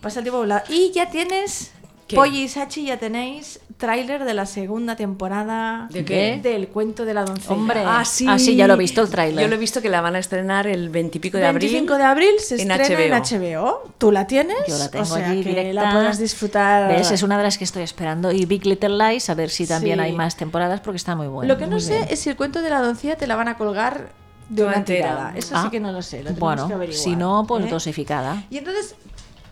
Pasa el tiempo volando. Y ya tienes, ¿Qué? Polly y Sachi, ya tenéis tráiler de la segunda temporada. ¿De qué? Del cuento de la doncella. Hombre, Ah, ah, sí. sí. ya lo he visto el tráiler. Yo lo he visto que la van a estrenar el 20 y pico de abril. 25 de abril se en estrena en HBO. HBO. Tú la tienes. Yo la tengo o sea allí que directa. la podrás disfrutar. ¿Ves? Es una de las que estoy esperando. Y Big Little Lies, a ver si también Sí. hay más temporadas porque está muy bueno. lo que no muy sé bien. es si el cuento de la doncella te la van a colgar de una Entera. tirada. Eso sí Ah, que no lo sé. Lo tenemos bueno, que averiguar, si no, pues ¿eh? dosificada. Y entonces,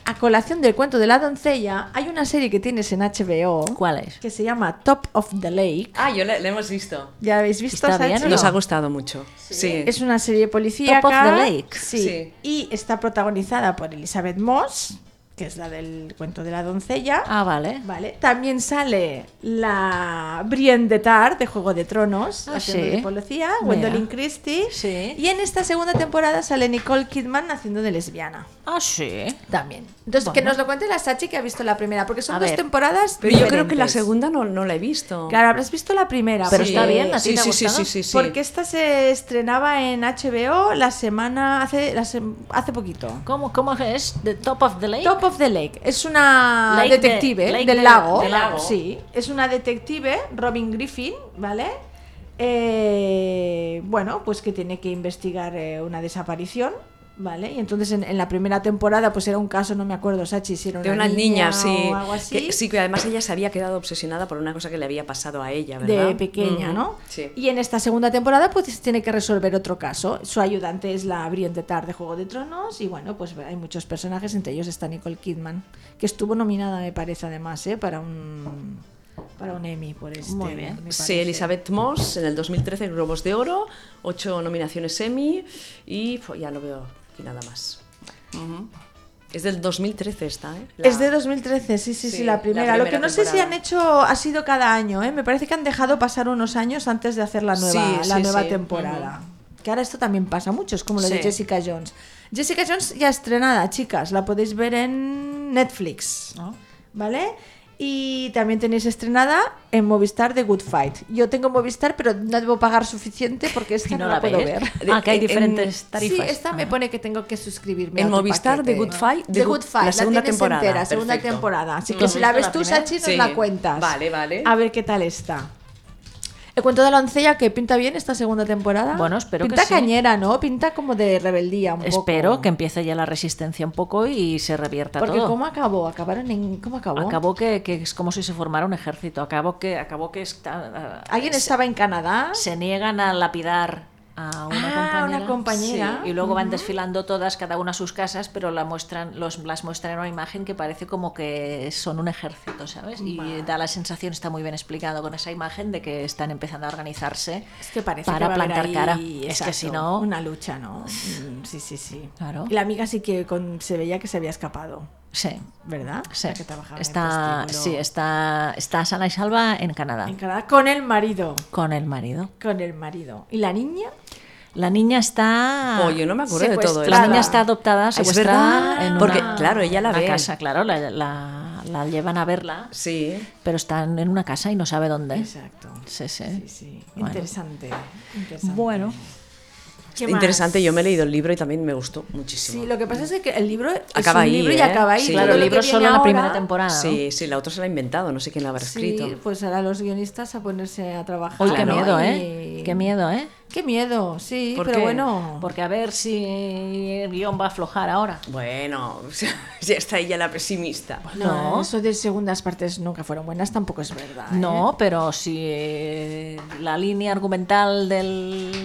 a colación del cuento de la doncella, hay una serie que tienes en HBO ¿Cuál es? que se llama Top of the Lake. Ah, yo la, la hemos visto. ¿Ya habéis visto? ¿Está Sachi? bien o no? Nos ha gustado mucho. Sí. Es una serie policíaca. Top of the Lake. Sí. Sí. Y está protagonizada por Elizabeth Moss, que es la del cuento de la doncella. Ah, vale. Vale. También sale la Brienne de Tar de Juego de Tronos, Ah, haciendo sí. de policía, Mira. Gwendolyn Christie. Sí. Y en esta segunda temporada sale Nicole Kidman haciendo de lesbiana. Ah, sí. También. Entonces, que nos lo cuente la Sachi que ha visto la primera, porque son A dos ver. temporadas. Pero yo creo que la diferentes. segunda no, no la he visto. Claro, habrás visto la primera. Pero porque- está bien, ¿a ti sí, te ha sí, sí, gustado? sí, sí, sí. Porque esta se estrenaba en HBO la semana. hace, la sem- hace poquito. ¿Cómo, cómo es? ¿The Top of the Lake? Top of the Lake. Es una Lake de- detective Lake del de- lago. del lago. Sí. Es una detective, Robin Griffin, ¿vale? Eh, bueno, pues que tiene que investigar eh, una desaparición. ¿Vale? Y entonces en, en la primera temporada pues era un caso, no me acuerdo, Sachi, si era una, De una niña, sí. o algo así. Que, sí, que además ella se había quedado obsesionada por una cosa que le había pasado a ella, ¿verdad? de pequeña, Ujú. ¿no? Sí. Y en esta segunda temporada pues tiene que resolver otro caso. Su ayudante es la Brienne de Tar de Juego de Tronos y bueno, pues hay muchos personajes, entre ellos está Nicole Kidman, que estuvo nominada me parece además, ¿eh? para un para un Emmy por este. Muy bien. me Sí, parece. Elizabeth Moss en el 2013 Globos de Oro, ocho nominaciones Emmy y pues, ya no veo aquí nada más. Ujú. Es del 2013 esta, ¿eh? La- Es de 2013, sí, sí, sí, Sí, la la primera. Lo que primera no sé si temporada. han hecho ha sido cada año, ¿eh? Me parece que han dejado pasar unos años antes de hacer la nueva, Sí, la sí, nueva sí. temporada. Que ahora esto también pasa mucho, es como lo de Sí. Jessica Jones. Jessica Jones ya estrenada, chicas, la podéis ver en Netflix. ¿Vale? Y también tenéis estrenada en Movistar The Good Fight. Yo tengo Movistar, pero no debo pagar suficiente porque esta Si no, no la, la puedo veis. ver. Ah, que hay En- en- diferentes tarifas. Ah. Sí, esta me pone que tengo que suscribirme. En a otro Movistar, paquete. The Good Fight, The The Good- Good Fight, la segunda tienes temporada, entera, segunda perfecto. temporada. Así ¿Tú que has si la visto ves la tú, primera? Sachi, nos Sí. la cuentas. Vale, vale. A ver qué tal está. El cuento de la doncella que pinta bien esta segunda temporada. Bueno, espero que pinta sí. cañera, ¿no? Pinta como de rebeldía un poco. Espero que empiece ya la resistencia un poco y se revierta Porque todo. cómo acabó, acabaron en cómo acabó. Acabó que, que es como si se formara un ejército. Acabó que, acabó que está- Alguien estaba en Canadá. se niegan a lapidar a Ah, una compañera. una compañera. Sí, Y luego van desfilando todas, cada una a sus casas, pero la muestran, los, las muestran en una imagen que parece como que son un ejército, ¿sabes? Y da la sensación, está muy bien explicado con esa imagen, de que están empezando a organizarse Es que parece para que va a haber plantar ahí, cara. es exacto, que si no... Una lucha, ¿no? Mm, Sí, sí, sí. Claro. Y la amiga sí que con- se veía que se había escapado, Sí. ¿verdad? Sí, La que trabajaba en está, prostíbulo. sí, está, está sana y salva en Canadá En Canadá, con el marido. con el marido. Con el marido. ¿Y la niña? La niña está. Oh, yo no me acuerdo de todo Secuestrada. esto. Ah, La niña está Ah, adoptada, Es secuestrada verdad, en porque, una- claro, ella la una ve. casa, claro, la, la- la llevan a verla, Sí. pero están en una casa y no sabe dónde. Exacto. Sí, sí. Sí, sí. Bueno. Interesante. interesante. Bueno, ¿Qué más? Interesante, yo me he leído el libro y también me gustó muchísimo. Sí, lo que pasa es que el libro es Acaba un ahí, libro y ¿eh? acaba ahí. Sí. Todo claro, lo el que libro viene solo en la ahora- primera temporada. ¿no? Sí, sí, la otra se la ha inventado, no sé quién la habrá Sí, escrito. pues a los guionistas a ponerse a trabajar. Uy, qué ¿no? miedo, Y- ¿eh? Qué miedo, ¿eh? Qué miedo, sí, ¿Por pero qué? bueno. Porque a ver si el guión va a aflojar ahora. Bueno, ya está ella la pesimista. No, No. eso de segundas partes nunca fueron buenas, tampoco es verdad. ¿eh? No, pero si eh, la línea argumental de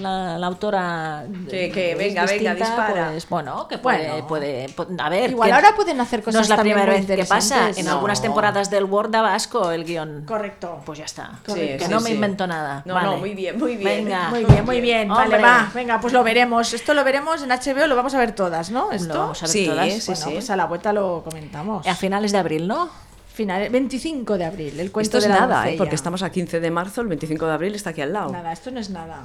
la, la autora Que- que es venga, venga, dispara. pues, bueno, que puede, Bueno. puede, pu- a ver. Igual que ahora pueden hacer No cosas es la también primera muy vez que pasa. interesantes. En No. algunas temporadas del Word daba asco el guión. Correcto. Pues ya está. Sí, que sí, no me sí. invento nada. No, Vale. no, muy bien, muy bien. Venga. Muy bien, muy bien. Vale, Ah. Hombre. va. Venga, pues lo veremos. Esto lo veremos en HBO, lo vamos a ver todas, ¿no? Esto. Lo vamos a ver Sí, todas. sí, Bueno, sí. pues a la vuelta lo comentamos. A finales de abril, ¿no? Final, 25 de abril, el cuento Esto es de la nada, ¿eh? doncella. porque estamos a 15 de marzo, el 25 de abril está aquí al lado. Nada, esto no es nada.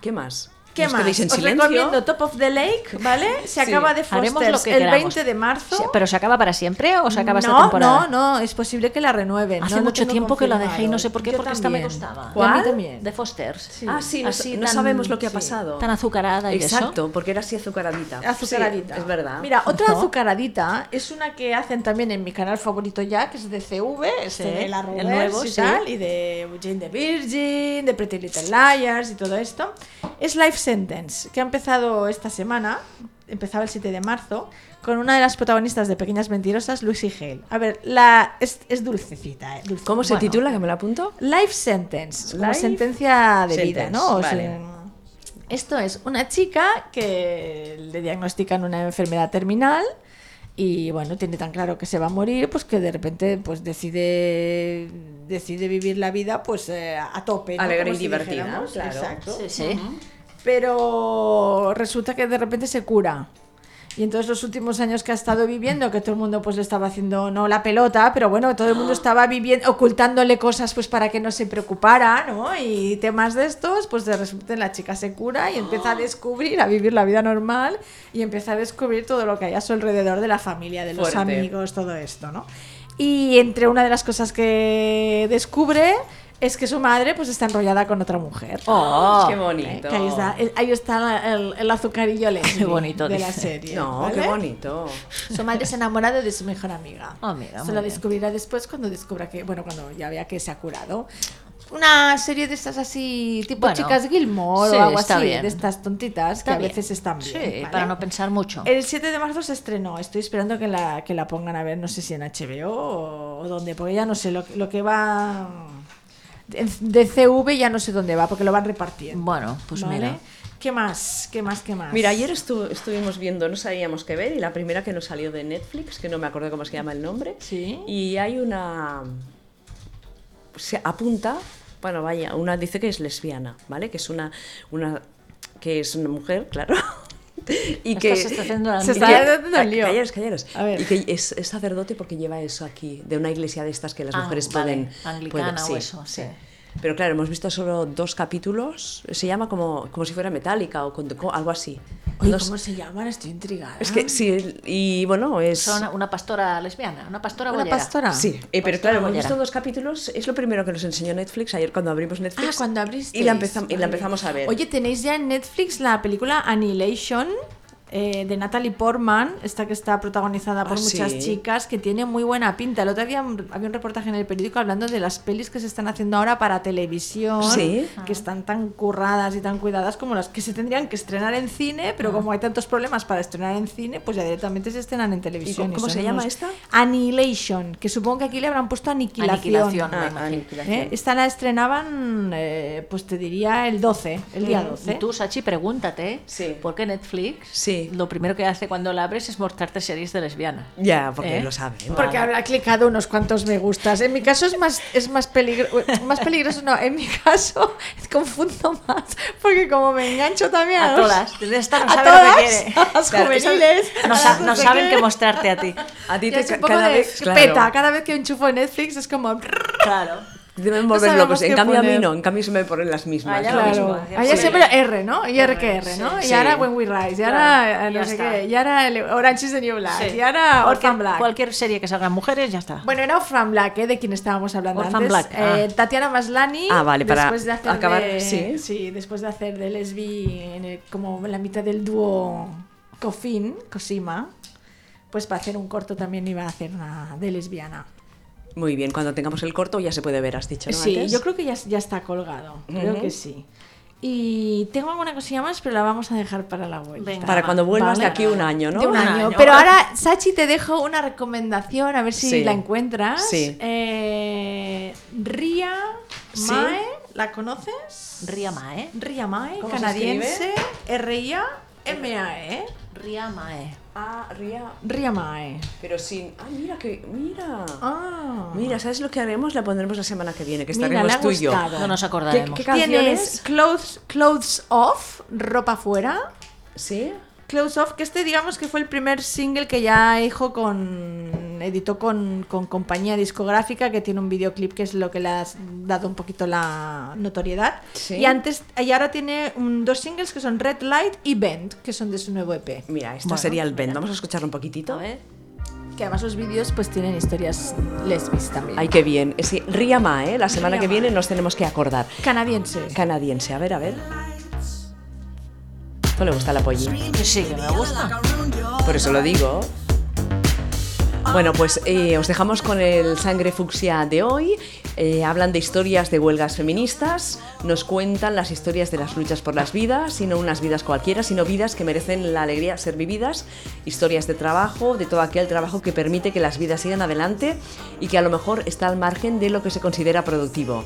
¿Qué más? ¿Qué ¿Nos más? quedáis en Os silencio? recomiendo Top of the Lake, ¿vale? Se Sí. acaba de Haremos Foster lo que el queramos. 20 de marzo. Sí, ¿Pero se acaba para siempre o se acaba no, esta temporada? No, no, es posible que la renueven. Hace no lo mucho tengo tiempo que la confirmado. dejé y no sé por qué, Yo porque esta me también. gustaba. Y a mí ¿Cuál? también. De Fosters. Sí. Ah, sí, no, Así no tan- sabemos lo que ha sí. pasado. Tan azucarada y eso. Exacto, porque era así azucaradita. Azucaradita. Sí, es verdad. Mira, otra azucaradita es una que hacen también en mi canal favorito ya, que es de CV, este Sí, de la el Roberts nuevo, y sí. tal, y de Jane the Virgin, de Pretty Little Liars y todo esto. Es Life Sentence, que ha empezado esta semana, empezaba el 7 de marzo, con una de las protagonistas de Pequeñas Mentirosas, Lucy Hale. A ver, la es, es dulcecita, eh, dulce. ¿Cómo se Bueno, titula? Que me la apunto. Life sentence, como Life sentencia de vida, sentence, ¿no? O sea, vale. esto es una chica que le diagnostican una enfermedad terminal y bueno, tiene tan claro que se va a morir, pues que de repente pues decide decide vivir la vida pues eh, a tope, ¿no? Alegre Como y si divertida, dijéramos, claro. Exacto. Sí, sí. Pero resulta que de repente se cura. Y entonces los últimos años que ha estado viviendo, que todo el mundo pues le estaba haciendo no la pelota, pero bueno, todo el mundo estaba viviendo, ocultándole cosas pues para que no se preocupara, ¿no? Y temas de estos, pues de repente la chica se cura y empieza a descubrir, a vivir la vida normal y empieza a descubrir todo lo que hay a su alrededor de la familia, de los Fuerte. amigos, todo esto, ¿no? Y entre una de las cosas que descubre es que su madre pues está enrollada con otra mujer. Oh, Oh, ¡Qué bonito! Eh, que ahí está, el- ahí está la- el, el azucarillo lésbico Qué bonito, de la dice. serie. No, ¿vale? qué bonito. Su madre se ha enamorado de su mejor amiga. Ah, mira, se muy lo bien. descubrirá después cuando descubra que, bueno, cuando ya vea que se ha curado. Una serie de estas así, tipo Bueno, chicas Gilmore sí, o algo está así, bien. de estas tontitas Está que bien. a veces están bien. Sí, ¿vale? Eh, para no pensar mucho. El 7 de marzo se estrenó. Estoy esperando que la, que la pongan a ver, no sé si en HBO o, o dónde, porque ya no sé lo, que- lo que va. De, de CV ya no sé dónde va, porque lo van repartiendo. Bueno, pues ¿Vale? mira. ¿Qué más? ¿Qué más? ¿Qué más? Mira, ayer estu- estuvimos viendo, no sabíamos qué ver, y la primera que nos salió de Netflix, que no me acuerdo cómo se llama el nombre, Sí. y hay una... Se apunta, bueno, vaya, una dice que es lesbiana, ¿vale? Que es una... una que es una mujer, claro. Y que... Estás haciendo la se y está que- haciendo un lío. Callaros, callaros. A ver. Y que es, es sacerdote porque lleva eso aquí, de una iglesia de estas que las Ah, mujeres vale, pueden... anglicana pueden- o sí, eso, sí. Pero claro, hemos visto solo dos capítulos. Se llama como, como si fuera metálica o con- co- algo así. Oye, Dos- ¿Cómo Ah. se llaman? Estoy intrigada. es que sí, y bueno, es. Son una, una pastora lesbiana, una pastora ¿Una bollera. pastora? Sí, eh, pero Pues Pastora claro, hemos Bollera. visto dos capítulos. Es lo primero que nos enseñó Netflix ayer cuando abrimos Netflix. Ah, cuando abriste. Y la, empezam- y la empezamos a ver. Oye, tenéis ya en Netflix la película Annihilation. eh, de Natalie Portman, esta que está protagonizada por Ah, muchas sí. chicas, que tiene muy buena pinta. El otro día un- había un reportaje en el periódico hablando de las pelis que se están haciendo ahora para televisión, Sí. que están tan curradas y tan cuidadas como las que se tendrían que estrenar en cine, Ah. pero como hay tantos problemas para estrenar en cine, pues ya directamente se estrenan en televisión. cómo son se llama unos- esta? Annihilation, que supongo que aquí le habrán puesto aniquilación. Aniquilación, me Ah, imagino. aniquilación. ¿Eh? Esta la estrenaban, eh, pues te diría el 12, el día 12. Y tú, Sachi, pregúntate Sí. por qué Netflix Sí. lo primero que hace cuando la abres es mostrarte series de lesbiana. Ya, porque ¿Eh? lo saben. Porque habrá clicado unos cuantos me gustas. En mi caso es más, es más peligroso. Más peligroso no, en mi caso confundo más. Porque como me engancho también A los- todas. De esta no a sabe lo que todas, quiere. a las Claro, esas- juveniles. No, a sa- las no sé saben qué. qué mostrarte a ti. A ti Ya te es un ca- poco cada de- vez, claro, peta. Cada vez que enchufo Netflix es como. Claro. deben volver sabemos locos. En qué cambio a poner. mí no, en cambio se me ponen las mismas. Vaya, lo claro. mismo. mismo, Allá sí. Ah, siempre R, ¿no? Y R que R, ¿no? sí, y sí. ahora When We Rise, y ahora Claro, eh, no ya sé está. qué, y ahora el Orange is the New Black, y ahora Orphan cualquier, Black. cualquier serie que salgan mujeres, ya está. Bueno, era Orphan Black, ¿eh? de quien estábamos hablando Orphan antes. Black, ah. Eh, Tatiana Maslany, Ah, vale, para después de hacer acabar, de, sí. después de hacer de lesbi en el- como en la mitad del dúo Cofin, Cosima, pues para hacer un corto también iba a hacer una de lesbiana. Muy bien, cuando tengamos el corto ya se puede ver, has dicho, ¿no? Sí, antes? yo creo que ya, ya está colgado, creo Ujú. que sí. Y tengo alguna cosilla más, pero la vamos a dejar para la vuelta. Venga. Para cuando vuelvas de Vale. aquí un año, ¿no? De un Un año. año. Pero ahora, Sachi, te dejo una recomendación, a ver si Sí. la encuentras. Sí. Eh, Ria Sí. Mae, ¿la conoces? Riamae. Ria Mae, ¿Cómo se canadiense, R-I-A-M-A-E. Riamae. Ah, Ría, E, Ria Mae. pero sin... Ah, mira que... Mira. Ah. Mira, ¿sabes lo que haremos? La pondremos la semana que viene, que Mira, estaremos le ha tú y yo. gustado. No nos ¿Qué, acordaremos. qué Tienes canciones? clothes, clothes Off, ropa fuera. Sí. Close Off, que este digamos que fue el primer single que ya hizo con. editó con, con compañía discográfica que tiene un videoclip que es lo que le ha dado un poquito la notoriedad. Sí. Y antes, y ahora tiene un- dos singles que son Red Light y Bend, que son de su nuevo E EP. Mira, esto Bueno, sería el Ben. Vamos a escucharlo un poquitito. A ver. Que además los vídeos pues tienen historias lesbis también. Ay, qué bien. Sí, Ría Ma, ¿eh? La semana que Ría Ma. viene nos tenemos que acordar. Canadiense. Canadiense, a ver, a ver. No le gusta el apoyo. Que sí, que me gusta. Por eso lo digo. Bueno, pues eh, os dejamos con el Sangre Fucsia de hoy. Eh, hablan de historias de huelgas feministas, nos cuentan las historias de las luchas por las vidas, y no unas vidas cualquiera, sino vidas que merecen la alegría de ser vividas, historias de trabajo, de todo aquel trabajo que permite que las vidas sigan adelante y que a lo mejor está al margen de lo que se considera productivo.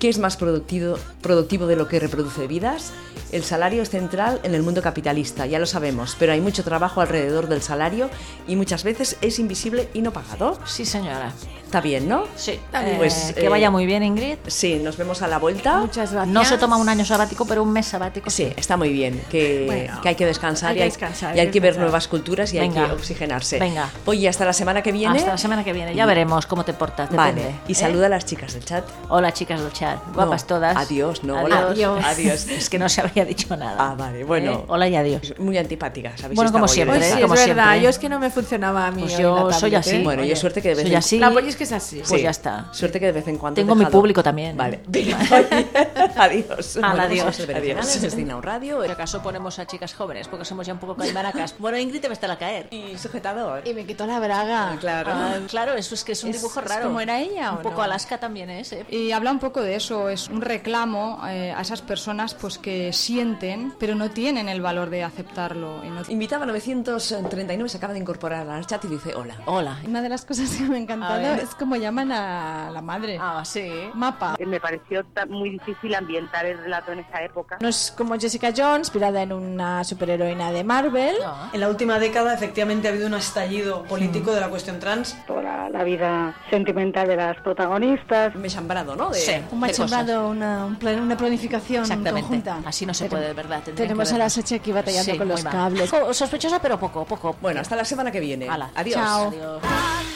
¿Qué es más productivo, productivo de lo que reproduce vidas? El salario es central en el mundo capitalista, ya lo sabemos, pero hay mucho trabajo alrededor del salario y muchas veces es invisible y no pagado. Sí, señora. Está bien, ¿no? Sí. bien. Eh, Pues, que eh, vaya muy bien, Ingrid. Sí, nos vemos a la vuelta. Muchas gracias. No se toma un año sabático, pero un mes sabático. Sí, está muy bien, que, Bueno, que hay que descansar, hay que y, hay, descansar, y hay que ver descansar. nuevas culturas y hay Venga. que oxigenarse. Venga. Oye, hasta la semana que viene. Hasta la semana que viene. Ya veremos cómo te portas. Vale, depende, y ¿eh? saluda a las chicas del chat. Hola, chicas del chat. Guapas No, todas. adiós, no, hola. Adiós. Adiós. Adiós. Es que no se había dicho nada. Ah, vale, bueno. ¿Eh? Hola y adiós. Muy antipáticas, habéis Bueno, estado como hoy, siempre, Hoy ¿verdad? sí, como es verdad. siempre. Yo es que no me funcionaba a mí. Pues hoy la yo soy tablet, así. ¿eh? Bueno, yo suerte que de vez soy en- así. La polla es que es así. Pues ya está. Suerte que de vez en cuando. he Tengo mi dejado- público también. Vale. adiós. Bueno, adiós. pues, Adiós. Adiós. Es Dinau Radio. Si acaso ponemos a chicas jóvenes, porque somos ya un poco caimaracas. Bueno, Ingrid te va a estar a caer. Y sujetador. Y me quitó la braga. Claro. Ah, claro, eso es que es un Es- dibujo es raro. como era ella, Un ¿o poco no? Alaska también es, ¿eh? Y habla un poco de eso, es un reclamo eh, a esas personas pues que sienten, pero no tienen el valor de aceptarlo. y no- Invitaba 939, se acaba de incorporar al chat y dice hola. Hola. Una de las cosas que me ha encantado es como llaman a la madre. Ah, sí. Mapa. Eh, Me pareció ta- muy difícil ambientar el relato en esa época. No es como Jessica Jones, inspirada en una superheroína de Marvel. Ah. En la última década, efectivamente, ha habido un estallido político de la cuestión trans. toda la vida sentimental de las protagonistas. Me he chambrado, ¿no? De- Sí. Un Qué cosas. machembrado, una, un plan- una planificación Exactamente. conjunta. Así no se Pero puede, de verdad. tendrían Tenemos que a la vernos. Sachi aquí batallando Sí, con los muy mal. cables. Jo- Sospechosa, pero poco, poco. Bueno, hasta la semana que viene. Hala. Adiós. Adiós. Chao. Adiós.